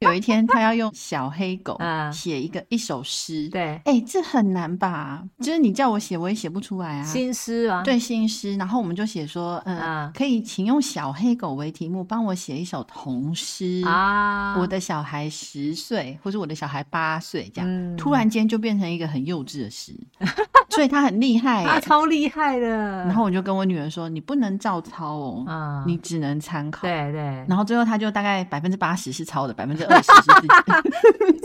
[SPEAKER 1] 有一天他要用小黑狗
[SPEAKER 2] 嗯
[SPEAKER 1] 写一个一首诗，
[SPEAKER 2] 对，
[SPEAKER 1] 哎、这很难吧？就是你叫我写，我也写不出来啊。
[SPEAKER 2] 新诗啊，
[SPEAKER 1] 对新诗，然后我们就写说，嗯，
[SPEAKER 2] 啊
[SPEAKER 1] 可以请用小黑狗为题目，帮我写一首童诗。
[SPEAKER 2] 啊，
[SPEAKER 1] 我的小孩十岁，或是我的小孩八岁，这样、
[SPEAKER 2] 嗯
[SPEAKER 1] 突然间就变成一个很幼稚的 诗，所以他很厉害耶、
[SPEAKER 2] 他超厉害的，
[SPEAKER 1] 然后我就跟我女儿说，你不能照抄哦，
[SPEAKER 2] 啊，
[SPEAKER 1] 你只能参考。
[SPEAKER 2] 对 对，
[SPEAKER 1] 然后最后她就大概百分之八十是抄的，百分之二十是 自己。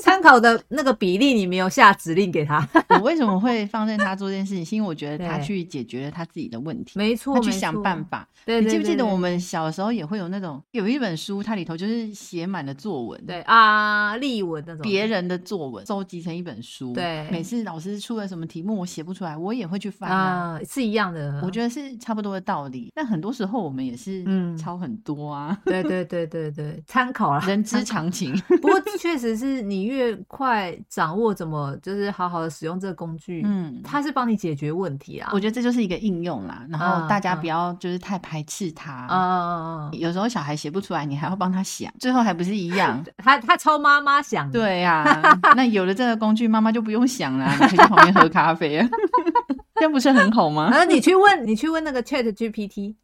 [SPEAKER 2] 参考的那个比例你没有下指令给他，
[SPEAKER 1] 我为什么会放任她做这件事情？是因为我觉得她
[SPEAKER 2] 对
[SPEAKER 1] 去解决了她自己的问题，
[SPEAKER 2] 没错，
[SPEAKER 1] 她去
[SPEAKER 2] 没
[SPEAKER 1] 想
[SPEAKER 2] 错
[SPEAKER 1] 办。法。
[SPEAKER 2] 对，
[SPEAKER 1] 你记
[SPEAKER 2] 对
[SPEAKER 1] 不记
[SPEAKER 2] 对
[SPEAKER 1] 得我
[SPEAKER 2] 对
[SPEAKER 1] 们小时候也会有那种有一本书，它里头就是写满了作文，
[SPEAKER 2] 对啊，例文那种
[SPEAKER 1] 别人的作文收集成一本书。
[SPEAKER 2] 对
[SPEAKER 1] 每次老师出了什么题目，我写不出来，我也会去翻啊。
[SPEAKER 2] 啊是一样的，
[SPEAKER 1] 我觉得是差不多的道理，但很多时候我们也是
[SPEAKER 2] 嗯
[SPEAKER 1] 抄很多啊，
[SPEAKER 2] 对对对对对，参考啦。
[SPEAKER 1] 人之常 情。
[SPEAKER 2] 不过确实是你越快掌握怎么就是好好的使用这个工具，
[SPEAKER 1] 嗯，
[SPEAKER 2] 它是帮你解决问题啊。
[SPEAKER 1] 我觉得这就是一个应用啦，然后
[SPEAKER 2] 嗯
[SPEAKER 1] 大家
[SPEAKER 2] 嗯
[SPEAKER 1] 不要就是太排斥它。
[SPEAKER 2] 啊，？
[SPEAKER 1] 有时候小孩写不出来，你还要帮他想，最后还不是一样
[SPEAKER 2] 他他超妈妈想的，
[SPEAKER 1] 对呀、 那有了这个工具，妈妈就不用想啦，你可以去旁边喝咖啡啊， 这样不是很好吗
[SPEAKER 2] 然？后你去问你去问那个 Chat GPT，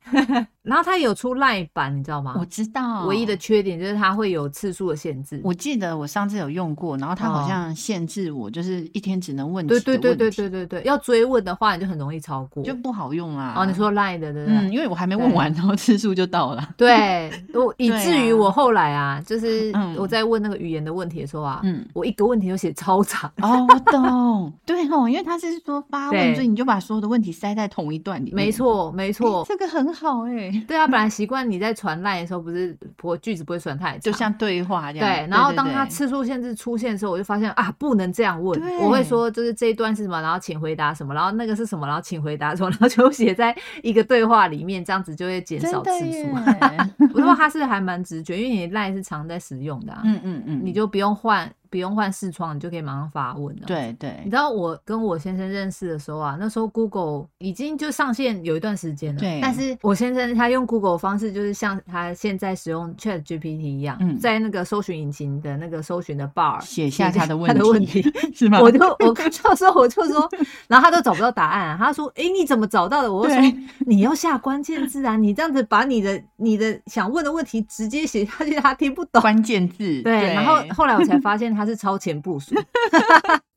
[SPEAKER 2] 然后 它有出 Line 版，你知道吗？
[SPEAKER 1] 我知道，
[SPEAKER 2] 嗯唯一的缺点就是它会有次数的限制。
[SPEAKER 1] 我记得我上次有用过，然后它好
[SPEAKER 2] 哦
[SPEAKER 1] 像限制我，就是一天只能问
[SPEAKER 2] 对
[SPEAKER 1] 几
[SPEAKER 2] 对
[SPEAKER 1] 个
[SPEAKER 2] 对
[SPEAKER 1] 问
[SPEAKER 2] 对
[SPEAKER 1] 题，
[SPEAKER 2] 对对对，要追问的话，你就很容易超过。
[SPEAKER 1] 就不好用啦。
[SPEAKER 2] 哦，你说 Line 的对不对？
[SPEAKER 1] 嗯，因为我还没问完，然后次数就到 了。
[SPEAKER 2] 对，我以
[SPEAKER 1] 对
[SPEAKER 2] 至于
[SPEAKER 1] 啊
[SPEAKER 2] 我后来啊，就是
[SPEAKER 1] 嗯
[SPEAKER 2] 我在问那个语言的问题的时候啊，
[SPEAKER 1] 嗯，
[SPEAKER 2] 我一个问题就写超长，
[SPEAKER 1] 哦，我懂，对哦，因为他是说发问，
[SPEAKER 2] 对
[SPEAKER 1] 所以你就把所有的问题塞在同一段里面。
[SPEAKER 2] 没错，没
[SPEAKER 1] 欸，
[SPEAKER 2] 错。
[SPEAKER 1] 这个很好哎、
[SPEAKER 2] 对啊，本来习惯你在传烂的时候，不是我句子不会传太长，
[SPEAKER 1] 就像对话这
[SPEAKER 2] 对
[SPEAKER 1] 样。。
[SPEAKER 2] 然后当
[SPEAKER 1] 对
[SPEAKER 2] 它
[SPEAKER 1] 对
[SPEAKER 2] 次数限制出现的时候，我就发现啊，不能这样问，
[SPEAKER 1] 对
[SPEAKER 2] 我会说就是这一段是什么，然后请回答什么，然后那个是什么，然后请回答什么，然后就写在一个对话里面，这样子就会减
[SPEAKER 1] 真
[SPEAKER 2] 少次
[SPEAKER 1] 的耶
[SPEAKER 2] 数。 不过它是还蛮直觉，因为你赖是常在使用的、啊，
[SPEAKER 1] 嗯嗯嗯，
[SPEAKER 2] 你就不用换不用换视窗，你就可以马上发问了。
[SPEAKER 1] 对
[SPEAKER 2] 你
[SPEAKER 1] 对
[SPEAKER 2] 知道我跟我先生认识的时候啊，那时候 Google 已经就上线有一段时间了。
[SPEAKER 1] 对
[SPEAKER 2] 但是我先生他用 Google 的方式，就是像他现在使用 Chat GPT 一样，
[SPEAKER 1] 嗯
[SPEAKER 2] 在那个搜寻引擎的那个搜寻的 bar
[SPEAKER 1] 写下他的问
[SPEAKER 2] 他的
[SPEAKER 1] 题
[SPEAKER 2] 问题。
[SPEAKER 1] 是吗？
[SPEAKER 2] 我就我跟教授我就说，然后他都找不到答案、啊他说：“诶，你怎么找到的？”我就说
[SPEAKER 1] 对：“
[SPEAKER 2] 你要下关键字啊，你这样子把你的你的想问的问题直接写下去，他听不懂。”
[SPEAKER 1] 关键字
[SPEAKER 2] 对，然后后来我才发现他是超前部署，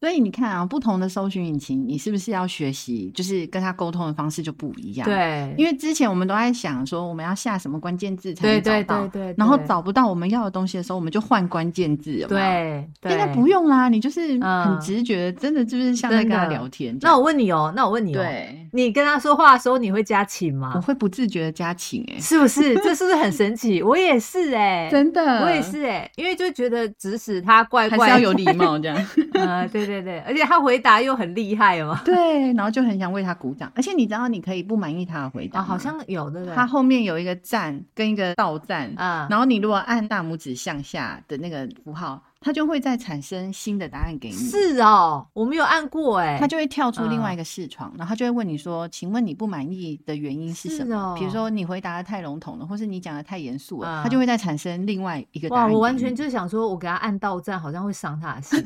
[SPEAKER 1] 所以你看啊，不同的搜寻引擎，你是不是要学习，就是跟他沟通的方式就不一样？，
[SPEAKER 2] 对，
[SPEAKER 1] 因为之前我们都在想说，我们要下什么关键字才
[SPEAKER 2] 对
[SPEAKER 1] 能找
[SPEAKER 2] 对
[SPEAKER 1] 到，
[SPEAKER 2] 对对，
[SPEAKER 1] 然后
[SPEAKER 2] 对
[SPEAKER 1] 找不到我们要的东西的时候，我们就换关键字，有没有。
[SPEAKER 2] 对对，
[SPEAKER 1] 现在不。用啦，你就是很
[SPEAKER 2] 嗯
[SPEAKER 1] 直觉，真的就是像在跟他
[SPEAKER 2] 真的
[SPEAKER 1] 聊天这
[SPEAKER 2] 那
[SPEAKER 1] 样。
[SPEAKER 2] 我问你哦，那我问你哦，
[SPEAKER 1] 对，
[SPEAKER 2] 你跟他说话的时候你会加请
[SPEAKER 1] 我
[SPEAKER 2] 吗？
[SPEAKER 1] 会不自觉的加请哎、
[SPEAKER 2] 是不是？这是不是很神奇？我也是哎，
[SPEAKER 1] 真的，
[SPEAKER 2] 我也是哎，因为就觉得指使他怪
[SPEAKER 1] 还
[SPEAKER 2] 怪，
[SPEAKER 1] 是要有礼。貌这样。
[SPEAKER 2] 呃，对对对，而且他回答又很厉害哦。
[SPEAKER 1] 对，然后就很想为他鼓掌，而且你知道你可以不满意他的回答
[SPEAKER 2] 啊，
[SPEAKER 1] 吗、
[SPEAKER 2] 好像有对不对？
[SPEAKER 1] 哦他后面有一个赞跟一个倒赞，
[SPEAKER 2] 啊，
[SPEAKER 1] 然后你如果按大拇指向下的那个符号，它就会再产生新的答案给你。。
[SPEAKER 2] 是哦，我没有按过哎
[SPEAKER 1] 它，就会跳出另外
[SPEAKER 2] 嗯
[SPEAKER 1] 一个视窗，然后它就会问你说：“请问你不满意的原因是什
[SPEAKER 2] 是
[SPEAKER 1] 么？”
[SPEAKER 2] 哦
[SPEAKER 1] 比如说你回答的太笼统了，或是你讲的太严肃了，
[SPEAKER 2] 嗯
[SPEAKER 1] 它就会再产生另外一个答
[SPEAKER 2] 哇，
[SPEAKER 1] 案给你。
[SPEAKER 2] 我完全就想说，我给他按到站好像会伤他 的心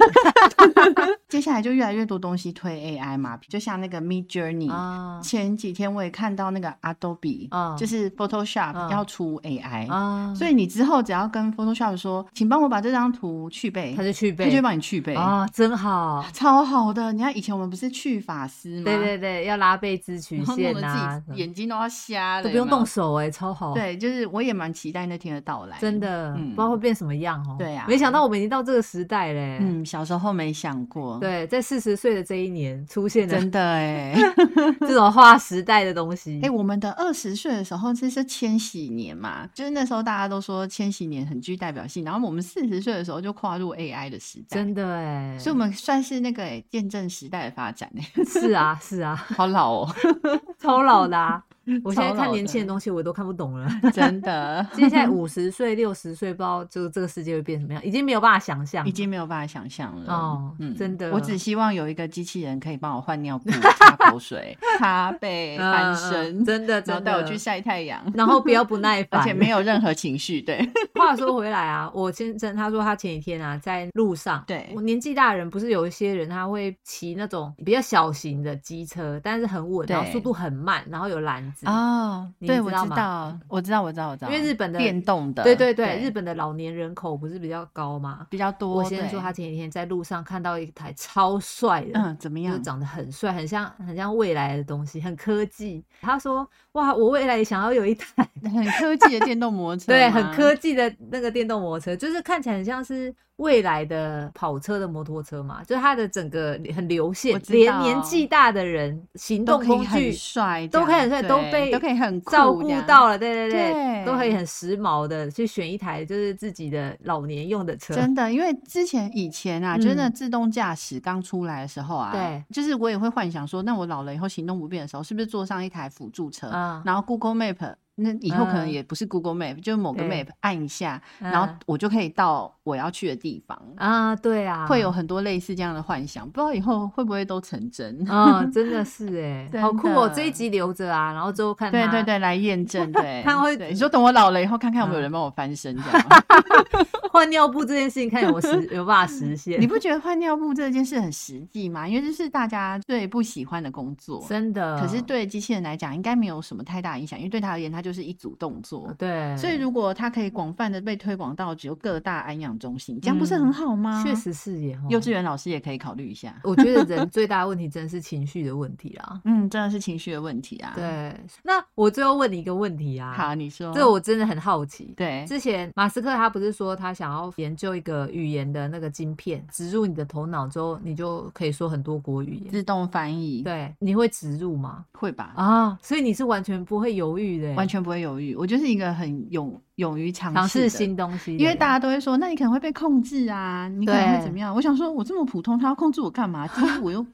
[SPEAKER 1] 接下来就越来越多东西推 AI 嘛，就像那个 Mid Journey，、
[SPEAKER 2] 啊
[SPEAKER 1] 前几天我也看到那个 Adobe，、
[SPEAKER 2] 啊
[SPEAKER 1] 就是 Photoshop、
[SPEAKER 2] 嗯
[SPEAKER 1] 要出 AI，、
[SPEAKER 2] 啊，
[SPEAKER 1] 所以你之后只要跟 Photoshop 说，请帮我把这张图去背，
[SPEAKER 2] 他就去
[SPEAKER 1] 它就
[SPEAKER 2] 背
[SPEAKER 1] 会帮你去背。
[SPEAKER 2] 啊，真好。
[SPEAKER 1] 超好的，你看以前我们不是去法师吗？
[SPEAKER 2] 对对对，要拉贝兹曲
[SPEAKER 1] 然后弄
[SPEAKER 2] 线
[SPEAKER 1] 得
[SPEAKER 2] 啊，什
[SPEAKER 1] 自
[SPEAKER 2] 么
[SPEAKER 1] 己眼睛都要瞎了，
[SPEAKER 2] 都不用
[SPEAKER 1] 有没有
[SPEAKER 2] 动。手哎、超好。，
[SPEAKER 1] 对，就是我也蛮期待那天的到来。
[SPEAKER 2] 真，的，
[SPEAKER 1] 嗯
[SPEAKER 2] 不知道会变什么样哦。
[SPEAKER 1] 对啊
[SPEAKER 2] 没想到我们已经到这个时代嘞、
[SPEAKER 1] 嗯，小时候没想过，，
[SPEAKER 2] 对，在四十岁的这一年出现了
[SPEAKER 1] 真的哎、
[SPEAKER 2] 这种划时代的东西。
[SPEAKER 1] 哎、我们的二十岁的时候，这是千禧年嘛，就是那时候大家都说千禧年很具代表性，然后我们四十岁的时候就跨入 AI 的时代，
[SPEAKER 2] 真的哎、
[SPEAKER 1] 所以我们算是那个、欸、见证时代的发展、欸、
[SPEAKER 2] 是啊是啊，
[SPEAKER 1] 好老哦。
[SPEAKER 2] 超老的、啊。我现在
[SPEAKER 1] 超
[SPEAKER 2] 看
[SPEAKER 1] 老
[SPEAKER 2] 年轻
[SPEAKER 1] 的欸
[SPEAKER 2] 的东西我都看不懂 了。
[SPEAKER 1] 真 的
[SPEAKER 2] 接下来五十岁、六十岁，不知道就是这个世界会变什么样，已经没有办法想象。
[SPEAKER 1] 已经没有办法想象了。
[SPEAKER 2] 啊哦真的
[SPEAKER 1] 嗯我只希望有一个机器人可以帮我换尿 布、擦口水、擦背、
[SPEAKER 2] 嗯
[SPEAKER 1] 翻
[SPEAKER 2] 嗯
[SPEAKER 1] 身，
[SPEAKER 2] 真的
[SPEAKER 1] 然后
[SPEAKER 2] 真的
[SPEAKER 1] 带我去，晒太阳，
[SPEAKER 2] 然后不要不耐烦，
[SPEAKER 1] 而且没有任何情绪。 对，
[SPEAKER 2] 话说回来啊，我先生他说他前几天啊在路上，
[SPEAKER 1] 对
[SPEAKER 2] 我年纪大的人不是有一些人他会骑那种比较小型的机车，但是很稳，
[SPEAKER 1] 对
[SPEAKER 2] 然后速度很慢，然后有篮子。
[SPEAKER 1] 哦，
[SPEAKER 2] 你
[SPEAKER 1] 对，
[SPEAKER 2] 知
[SPEAKER 1] 我
[SPEAKER 2] 道
[SPEAKER 1] 知
[SPEAKER 2] 吗
[SPEAKER 1] 道，我知道，我知道，我知道，
[SPEAKER 2] 因为日本的
[SPEAKER 1] 电动的，
[SPEAKER 2] 对对对，日本的老年人口不是比较高吗？
[SPEAKER 1] 比较多。
[SPEAKER 2] 我先生说
[SPEAKER 1] 对
[SPEAKER 2] 他前几天在路上看到一台超帅的，
[SPEAKER 1] 嗯，怎么
[SPEAKER 2] 就
[SPEAKER 1] 样？
[SPEAKER 2] 长得很帅，很像很像未来的东西，很科技。他说：“哇，我未来也想要有一台
[SPEAKER 1] 很科技的电动 摩托车吗，
[SPEAKER 2] 对，很科技的那个电动摩托车，就是看起来很像是未来的跑车的摩托车嘛，就是它的整个很流
[SPEAKER 1] 我
[SPEAKER 2] 线，
[SPEAKER 1] 知
[SPEAKER 2] 连
[SPEAKER 1] 道
[SPEAKER 2] 年纪大的人行
[SPEAKER 1] 都
[SPEAKER 2] 动
[SPEAKER 1] 可以
[SPEAKER 2] 工
[SPEAKER 1] 很
[SPEAKER 2] 具
[SPEAKER 1] 帅这
[SPEAKER 2] 都
[SPEAKER 1] 样，
[SPEAKER 2] 可以很帅，都
[SPEAKER 1] 对
[SPEAKER 2] 被
[SPEAKER 1] 都可以很酷
[SPEAKER 2] 照顾
[SPEAKER 1] 这样
[SPEAKER 2] 到了，对对
[SPEAKER 1] 对
[SPEAKER 2] 都可以很时髦的去选一台就是自己的老年用的车，
[SPEAKER 1] 真的，因为之前以前啊，真的
[SPEAKER 2] 嗯
[SPEAKER 1] 自动驾驶刚出来的时候啊，
[SPEAKER 2] 对，
[SPEAKER 1] 就是我也会幻想说，那我老了以后行动不便的时候，是不是坐上一台辅助车，
[SPEAKER 2] 啊
[SPEAKER 1] 然后 Google Map，那以后可能
[SPEAKER 2] 嗯
[SPEAKER 1] 也不是 Google Map，、就是某个
[SPEAKER 2] 对
[SPEAKER 1] Map 按一下，
[SPEAKER 2] 嗯
[SPEAKER 1] 然后我就可以到我要去的地方。
[SPEAKER 2] 啊，对啊，
[SPEAKER 1] 会有。很多类似这样的幻想，不知道以后会不会都成真？
[SPEAKER 2] 嗯，真的是 哎
[SPEAKER 1] 真，
[SPEAKER 2] 好酷哦！
[SPEAKER 1] 的
[SPEAKER 2] 这一集留着啊，然后之后看
[SPEAKER 1] 对
[SPEAKER 2] 它
[SPEAKER 1] 对对，来验证。 对，
[SPEAKER 2] 看会嗯
[SPEAKER 1] 对你说等我老了以后，看看有没有人帮我翻身这样吗。
[SPEAKER 2] 换尿布这件事情，看有没有实有办法实现
[SPEAKER 1] 你。不觉得换尿布这件事很实际吗？因为这是大家最不喜欢的工作。
[SPEAKER 2] 真的，
[SPEAKER 1] 可是对机器人来讲，应该没有什么太大影响，因为对他而言，它就是一组动作。
[SPEAKER 2] 嗯对，
[SPEAKER 1] 所以，如果它可以广泛的被推广到只有各大安养中心，这样不是很好吗？
[SPEAKER 2] 嗯确，实哦是耶，吼
[SPEAKER 1] 幼稚园老师也可以考虑一下。
[SPEAKER 2] 我觉得人最大的问题真的是情绪的问题啦。
[SPEAKER 1] 嗯，真的是情绪的问题啊。，
[SPEAKER 2] 对，那我最后问你一个问题啊，
[SPEAKER 1] 好，你说。
[SPEAKER 2] 这我真的很好奇。
[SPEAKER 1] 对
[SPEAKER 2] 之前马斯克他不是说他想要研究一个语言的那个晶片，植入你的头脑之后，你就可以说很多国语言。
[SPEAKER 1] 自动翻译
[SPEAKER 2] 对，你会植入吗？
[SPEAKER 1] 会吧？
[SPEAKER 2] 啊，所以你是完全不会犹豫的耶，欸
[SPEAKER 1] 完全不会犹豫，我就是一个很勇勇于尝
[SPEAKER 2] 尝
[SPEAKER 1] 试
[SPEAKER 2] 试
[SPEAKER 1] 的
[SPEAKER 2] 新东西的人，啊
[SPEAKER 1] 因为大家都会说，那你可能会被控制啊，你可能会
[SPEAKER 2] 对
[SPEAKER 1] 怎么样？我想说，我这么普通，他要控制我干嘛？第一，我 又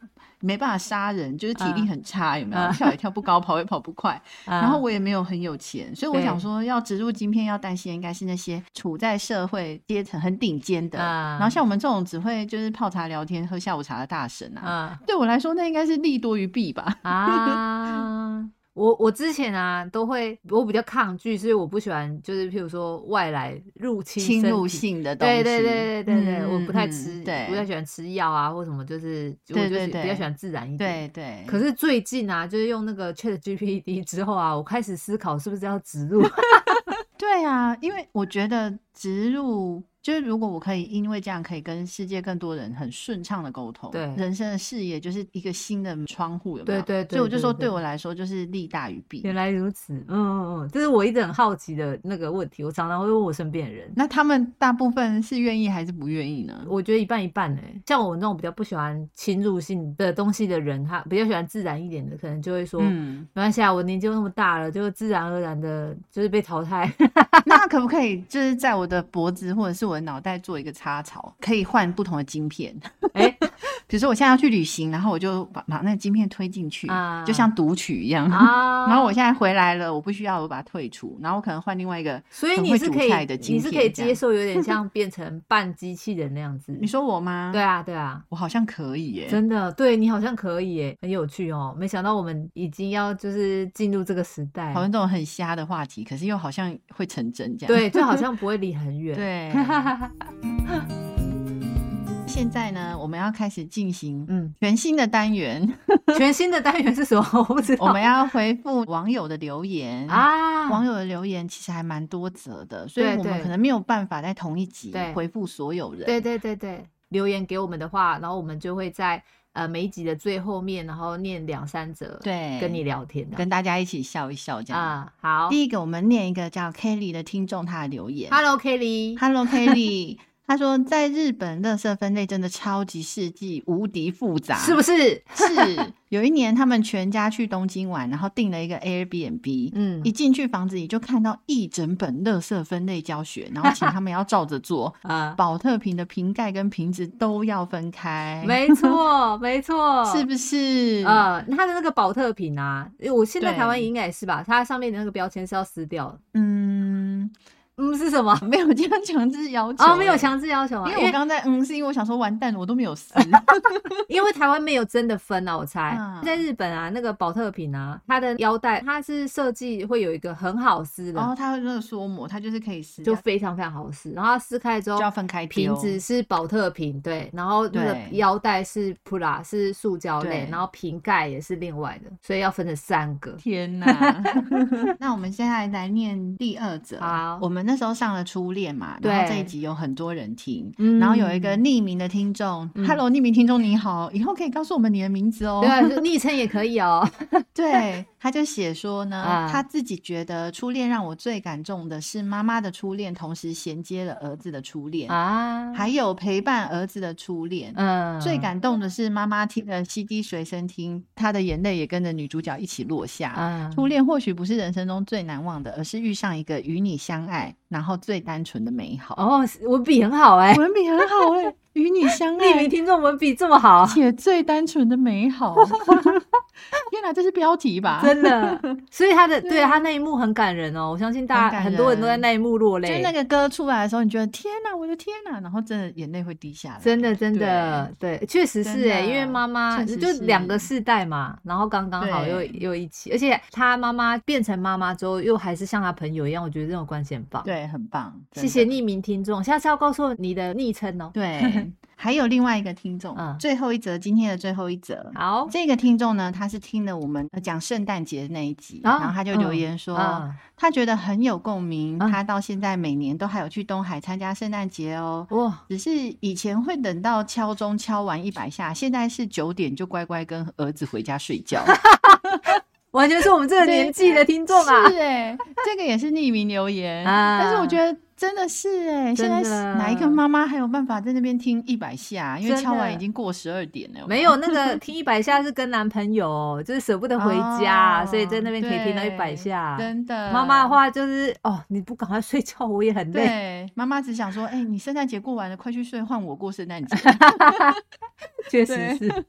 [SPEAKER 1] 没办法杀人，就是体力
[SPEAKER 2] 嗯
[SPEAKER 1] 很差，有没有？
[SPEAKER 2] 嗯
[SPEAKER 1] 跳也跳不高，跑也跑不快，
[SPEAKER 2] 啊，
[SPEAKER 1] 然后我也没有很有钱，所以我
[SPEAKER 2] 对
[SPEAKER 1] 想说，要植入晶片，要担心应该是那些处在社会阶层很顶尖的，
[SPEAKER 2] 嗯
[SPEAKER 1] 然后像我们这种只会就是泡茶聊天、喝下午茶的大神啊。
[SPEAKER 2] 啊
[SPEAKER 1] 对我来说，那应该是利多于弊吧？
[SPEAKER 2] 啊，我我之前啊都会，我比较抗拒，所以我不喜欢，就是譬如说外来入侵
[SPEAKER 1] 侵
[SPEAKER 2] 身
[SPEAKER 1] 入
[SPEAKER 2] 体
[SPEAKER 1] 性的东西，
[SPEAKER 2] 对对对对对对，
[SPEAKER 1] 嗯
[SPEAKER 2] 我不太
[SPEAKER 1] 嗯
[SPEAKER 2] 吃，不太
[SPEAKER 1] 对
[SPEAKER 2] 喜欢吃药啊或什么，就是我
[SPEAKER 1] 对
[SPEAKER 2] 就
[SPEAKER 1] 对
[SPEAKER 2] 是比
[SPEAKER 1] 对
[SPEAKER 2] 较喜欢自然一
[SPEAKER 1] 对
[SPEAKER 2] 点。
[SPEAKER 1] 对。
[SPEAKER 2] 可是最近啊，就是用那个 Chat GPT 之后啊，我开始思考是不是要植入。
[SPEAKER 1] 对啊，因为我觉得植入就是，如果我可以因为这样可以跟世界更多人很顺畅的沟通，
[SPEAKER 2] 对
[SPEAKER 1] 人生的视野就是一个新的窗户，有没有？
[SPEAKER 2] 对对
[SPEAKER 1] 所以我就
[SPEAKER 2] 对
[SPEAKER 1] 说，
[SPEAKER 2] 对
[SPEAKER 1] 对我来说就是利大于弊。
[SPEAKER 2] 原来如此，嗯嗯嗯，这是我一直很好奇的那个问题，我常常会问我身边的人。
[SPEAKER 1] 那他们大部分是愿意还是不愿意呢？
[SPEAKER 2] 我觉得一半一半呢、像我那种比较不喜欢侵入性的东西的人，他比较喜欢自然一点的，可能就会说，
[SPEAKER 1] 嗯，
[SPEAKER 2] 没关系啊，我年纪都那么大了，就自然而然的，就是被 淘汰。
[SPEAKER 1] 那可不可以就是在我的脖子或者是我的脑袋做一个插槽，可以换不同的晶 片？
[SPEAKER 2] 哎、
[SPEAKER 1] 比如说我现在要去旅行，然后我就把把那个晶片推进去，
[SPEAKER 2] 啊
[SPEAKER 1] 就像读取一样。
[SPEAKER 2] 啊，
[SPEAKER 1] 然后我现在回来了，我不需要，我把它退出，然后我可能换另外一个
[SPEAKER 2] 所以
[SPEAKER 1] 很
[SPEAKER 2] 你
[SPEAKER 1] 会
[SPEAKER 2] 是
[SPEAKER 1] 煮
[SPEAKER 2] 可以
[SPEAKER 1] 菜的，晶
[SPEAKER 2] 你是可
[SPEAKER 1] 片
[SPEAKER 2] 以
[SPEAKER 1] 这样
[SPEAKER 2] 接受有点像变成半机器人那样子。
[SPEAKER 1] 你说我吗？
[SPEAKER 2] 对，啊，对啊，
[SPEAKER 1] 我好像可以耶、
[SPEAKER 2] 真的，对你好像可以耶，很有趣哦。没想到我们已经要就是进入这个时代
[SPEAKER 1] 好，像这种很瞎的话题，可是又好像会成真这样。
[SPEAKER 2] 对，就好像不会离很 远。，
[SPEAKER 1] 对。现在呢，我们要开始进行
[SPEAKER 2] 嗯，
[SPEAKER 1] 全新的单元，
[SPEAKER 2] 全新的单元是什么？我不知道。
[SPEAKER 1] 我们要回复网友的留言。
[SPEAKER 2] 啊，
[SPEAKER 1] 网友的留言其实还蛮多则的，所以
[SPEAKER 2] 对
[SPEAKER 1] 我们
[SPEAKER 2] 对
[SPEAKER 1] 可能没有办法在同一集
[SPEAKER 2] 对
[SPEAKER 1] 回复所有人。
[SPEAKER 2] 对对对对，留言给我们的话，然后我们就会在呃每一集的最后面，然后念两三则，，
[SPEAKER 1] 对，
[SPEAKER 2] 跟你聊天的
[SPEAKER 1] 跟大家一起笑一笑这样。
[SPEAKER 2] 啊、好
[SPEAKER 1] 第一个，我们念一个叫 Kelly 的听众他的留言。
[SPEAKER 2] ，Hello Kelly，
[SPEAKER 1] Hello Kelly， 他说，在日本，垃圾分类真的超级世纪，无敌复杂，
[SPEAKER 2] 是不是？
[SPEAKER 1] 是有一年，他们全家去东京玩，然后订了一个 Airbnb，、
[SPEAKER 2] 嗯，
[SPEAKER 1] 一进去房子里就看到一整本垃圾分类教学，然后请他们要照着做
[SPEAKER 2] 啊，
[SPEAKER 1] 保特瓶的瓶盖跟瓶子都要分开，
[SPEAKER 2] 没错，没错，
[SPEAKER 1] 是不是？
[SPEAKER 2] 呃，它的那个保特瓶啊，因为我现在
[SPEAKER 1] 对
[SPEAKER 2] 台湾应该也是吧，它上面的那个标签是要撕掉的。
[SPEAKER 1] 嗯，
[SPEAKER 2] 嗯，是什么？
[SPEAKER 1] 没有这样强制要求、
[SPEAKER 2] 哦，没有
[SPEAKER 1] 欸
[SPEAKER 2] 强制要求啊，
[SPEAKER 1] 因
[SPEAKER 2] 因
[SPEAKER 1] 为我
[SPEAKER 2] 为
[SPEAKER 1] 刚刚在嗯，是因为我想说完蛋了，我都没有 撕。
[SPEAKER 2] 因为台湾没有真的分啊，我猜、
[SPEAKER 1] 嗯
[SPEAKER 2] 在日本啊，那个保特瓶啊，它的腰带它是设计会有一个很好撕的，
[SPEAKER 1] 然后它会那个缩膜，它就是可以撕，
[SPEAKER 2] 就
[SPEAKER 1] 就
[SPEAKER 2] 非常非常好撕，然后它撕开之后
[SPEAKER 1] 要分开
[SPEAKER 2] 瓶
[SPEAKER 1] 丢
[SPEAKER 2] 子是保特瓶，对，然后那个
[SPEAKER 1] 对
[SPEAKER 2] 腰带是普拉是塑胶类
[SPEAKER 1] 对，
[SPEAKER 2] 然后瓶盖也是另外的，所以要分成三个。
[SPEAKER 1] 天哪！那我们现在来念第二则。
[SPEAKER 2] 好
[SPEAKER 1] 我们那时候上了初恋嘛，
[SPEAKER 2] 对
[SPEAKER 1] 然后这一集有很多人听，
[SPEAKER 2] 嗯
[SPEAKER 1] 然后有一个匿名的听众、
[SPEAKER 2] 嗯
[SPEAKER 1] h e l l o 匿名听众你好，以后可以告诉我们你的名字哦
[SPEAKER 2] 对。啊，就昵称也可以 哦。
[SPEAKER 1] 对，他就写说呢，
[SPEAKER 2] 啊
[SPEAKER 1] 他自己觉得初恋让我最感动的是妈妈的初恋，同时衔接了儿子的初恋，
[SPEAKER 2] 啊，
[SPEAKER 1] 还有陪伴儿子的初恋。
[SPEAKER 2] 嗯，
[SPEAKER 1] 最感动的是，妈妈听了 CD 随身听，她的眼泪也跟着女主角一起落下。
[SPEAKER 2] 啊，
[SPEAKER 1] 初恋或许不是人生中最难忘的，而是遇上一个与你相爱，然后最单纯的美好。
[SPEAKER 2] 哦，文笔很好 哎、
[SPEAKER 1] 文笔很好哎、与你相
[SPEAKER 2] 匿名
[SPEAKER 1] 爱
[SPEAKER 2] 听众文笔这 么好，
[SPEAKER 1] 且最单纯的美 好。天哪，这是标题吧？
[SPEAKER 2] 真的。所以他的
[SPEAKER 1] 对啊
[SPEAKER 2] 对啊他那一幕很感人哦，我相信大
[SPEAKER 1] 很
[SPEAKER 2] 家
[SPEAKER 1] 感
[SPEAKER 2] 很多人都在
[SPEAKER 1] 人
[SPEAKER 2] 那一幕落
[SPEAKER 1] 就
[SPEAKER 2] 泪。
[SPEAKER 1] 是那个歌出来的时候，你觉得天哪，我的天哪，然后真的眼泪会滴下来。
[SPEAKER 2] 真的，真的，对，确实
[SPEAKER 1] 真
[SPEAKER 2] 是哎、
[SPEAKER 1] 的
[SPEAKER 2] 因为妈妈
[SPEAKER 1] 确实
[SPEAKER 2] 就是两个世代嘛，然后刚刚好又
[SPEAKER 1] 对
[SPEAKER 2] 又一起，而且她妈妈变成妈妈之后，又还是像她朋友一样，我觉得这种关系很棒。，
[SPEAKER 1] 对，很棒，真
[SPEAKER 2] 谢
[SPEAKER 1] 的
[SPEAKER 2] 谢。匿名听众，下次要告诉我你的昵称哦。
[SPEAKER 1] 对，还有另外一个听众，
[SPEAKER 2] 嗯
[SPEAKER 1] 最后一则，今天的最后一则，
[SPEAKER 2] 好
[SPEAKER 1] 这个听众呢，他是听了我们呃讲圣诞节那一集，
[SPEAKER 2] 啊
[SPEAKER 1] 然后他就
[SPEAKER 2] 嗯
[SPEAKER 1] 留言说，
[SPEAKER 2] 啊，
[SPEAKER 1] 他觉得很有共鸣，
[SPEAKER 2] 啊
[SPEAKER 1] 他到现在每年都还有去东海参加圣诞节哦。
[SPEAKER 2] 哇，
[SPEAKER 1] 只是以前会等到敲钟敲完一百下，现在是九点就乖乖跟儿子回家睡 觉。
[SPEAKER 2] 完全是我们这个
[SPEAKER 1] 对
[SPEAKER 2] 年纪的听众啊。
[SPEAKER 1] 是哎、这个也是匿名留言，
[SPEAKER 2] 啊
[SPEAKER 1] 但是我觉得真的是哎、现
[SPEAKER 2] 真的
[SPEAKER 1] 在是哪一个妈妈还有办法在那边听一百下？因为
[SPEAKER 2] 真的
[SPEAKER 1] 敲完已经过十二点了，哦
[SPEAKER 2] 没有 那个听一百下是跟男朋友，就是舍不得回家，
[SPEAKER 1] 哦
[SPEAKER 2] 所以在那边可以听到一
[SPEAKER 1] 对
[SPEAKER 2] 百下。
[SPEAKER 1] 真的，
[SPEAKER 2] 妈妈的话就是哦，你不赶快睡觉，我也很累。
[SPEAKER 1] 对，妈妈只想说，哎、你圣诞节过完了，快去睡，换我过圣 诞节。
[SPEAKER 2] 确
[SPEAKER 1] 对
[SPEAKER 2] 实是，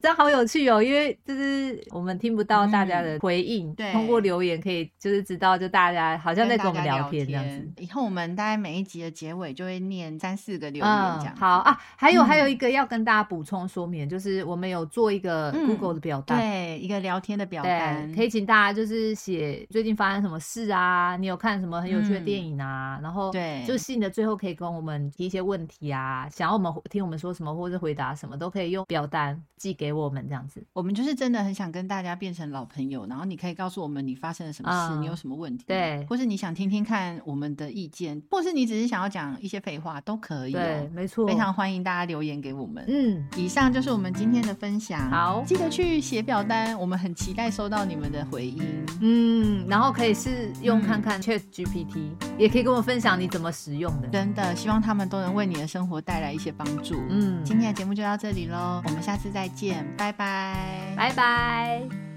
[SPEAKER 2] 这样好有趣哦，因为就是我们听不到大家的回应，
[SPEAKER 1] 对
[SPEAKER 2] 通过留言可以就是知道，就大家好像在跟我们聊天这样子。。嗯
[SPEAKER 1] 以后我们大概每一集的结尾就会念三四个留言这
[SPEAKER 2] 嗯
[SPEAKER 1] 样、，
[SPEAKER 2] 好，啊，还有、
[SPEAKER 1] 嗯
[SPEAKER 2] 还有一个要跟大家补充说明，就是我们有做一个
[SPEAKER 1] 嗯
[SPEAKER 2] Google 的表单。
[SPEAKER 1] 对，一个聊天的表单
[SPEAKER 2] 对，可以请大家就是写最近发生什么事啊，你有看什么很有趣的电影啊，然后
[SPEAKER 1] 嗯对
[SPEAKER 2] 就是信的最后可以跟我们提一些问题啊，想要我们听我们说什么或者回答什么，都可以用表单寄给我们这样子。
[SPEAKER 1] 我们就是真的很想跟大家变成老朋友，然后你可以告诉我们你发生了什么事，
[SPEAKER 2] 嗯
[SPEAKER 1] 你有什么问题，
[SPEAKER 2] 对
[SPEAKER 1] 或是你想听听看我们的意见，或是你只是想要讲一些废话都可以、
[SPEAKER 2] 对，
[SPEAKER 1] 哦，
[SPEAKER 2] 没错，
[SPEAKER 1] 非常欢迎大家留言给我们。
[SPEAKER 2] 嗯，
[SPEAKER 1] 以上就是我们今天的分享，
[SPEAKER 2] 好
[SPEAKER 1] 记得去写表单，我们很期待收到你们的回音。
[SPEAKER 2] 嗯，然后可以试用
[SPEAKER 1] 嗯
[SPEAKER 2] 看看 Chat GPT，、也可以跟我分享你怎么使用的。
[SPEAKER 1] 真的，希望他们都能为你的生活带来一些帮助。
[SPEAKER 2] 嗯，
[SPEAKER 1] 今天的节目就到这里喽，我们下次再见，拜拜，
[SPEAKER 2] 拜拜。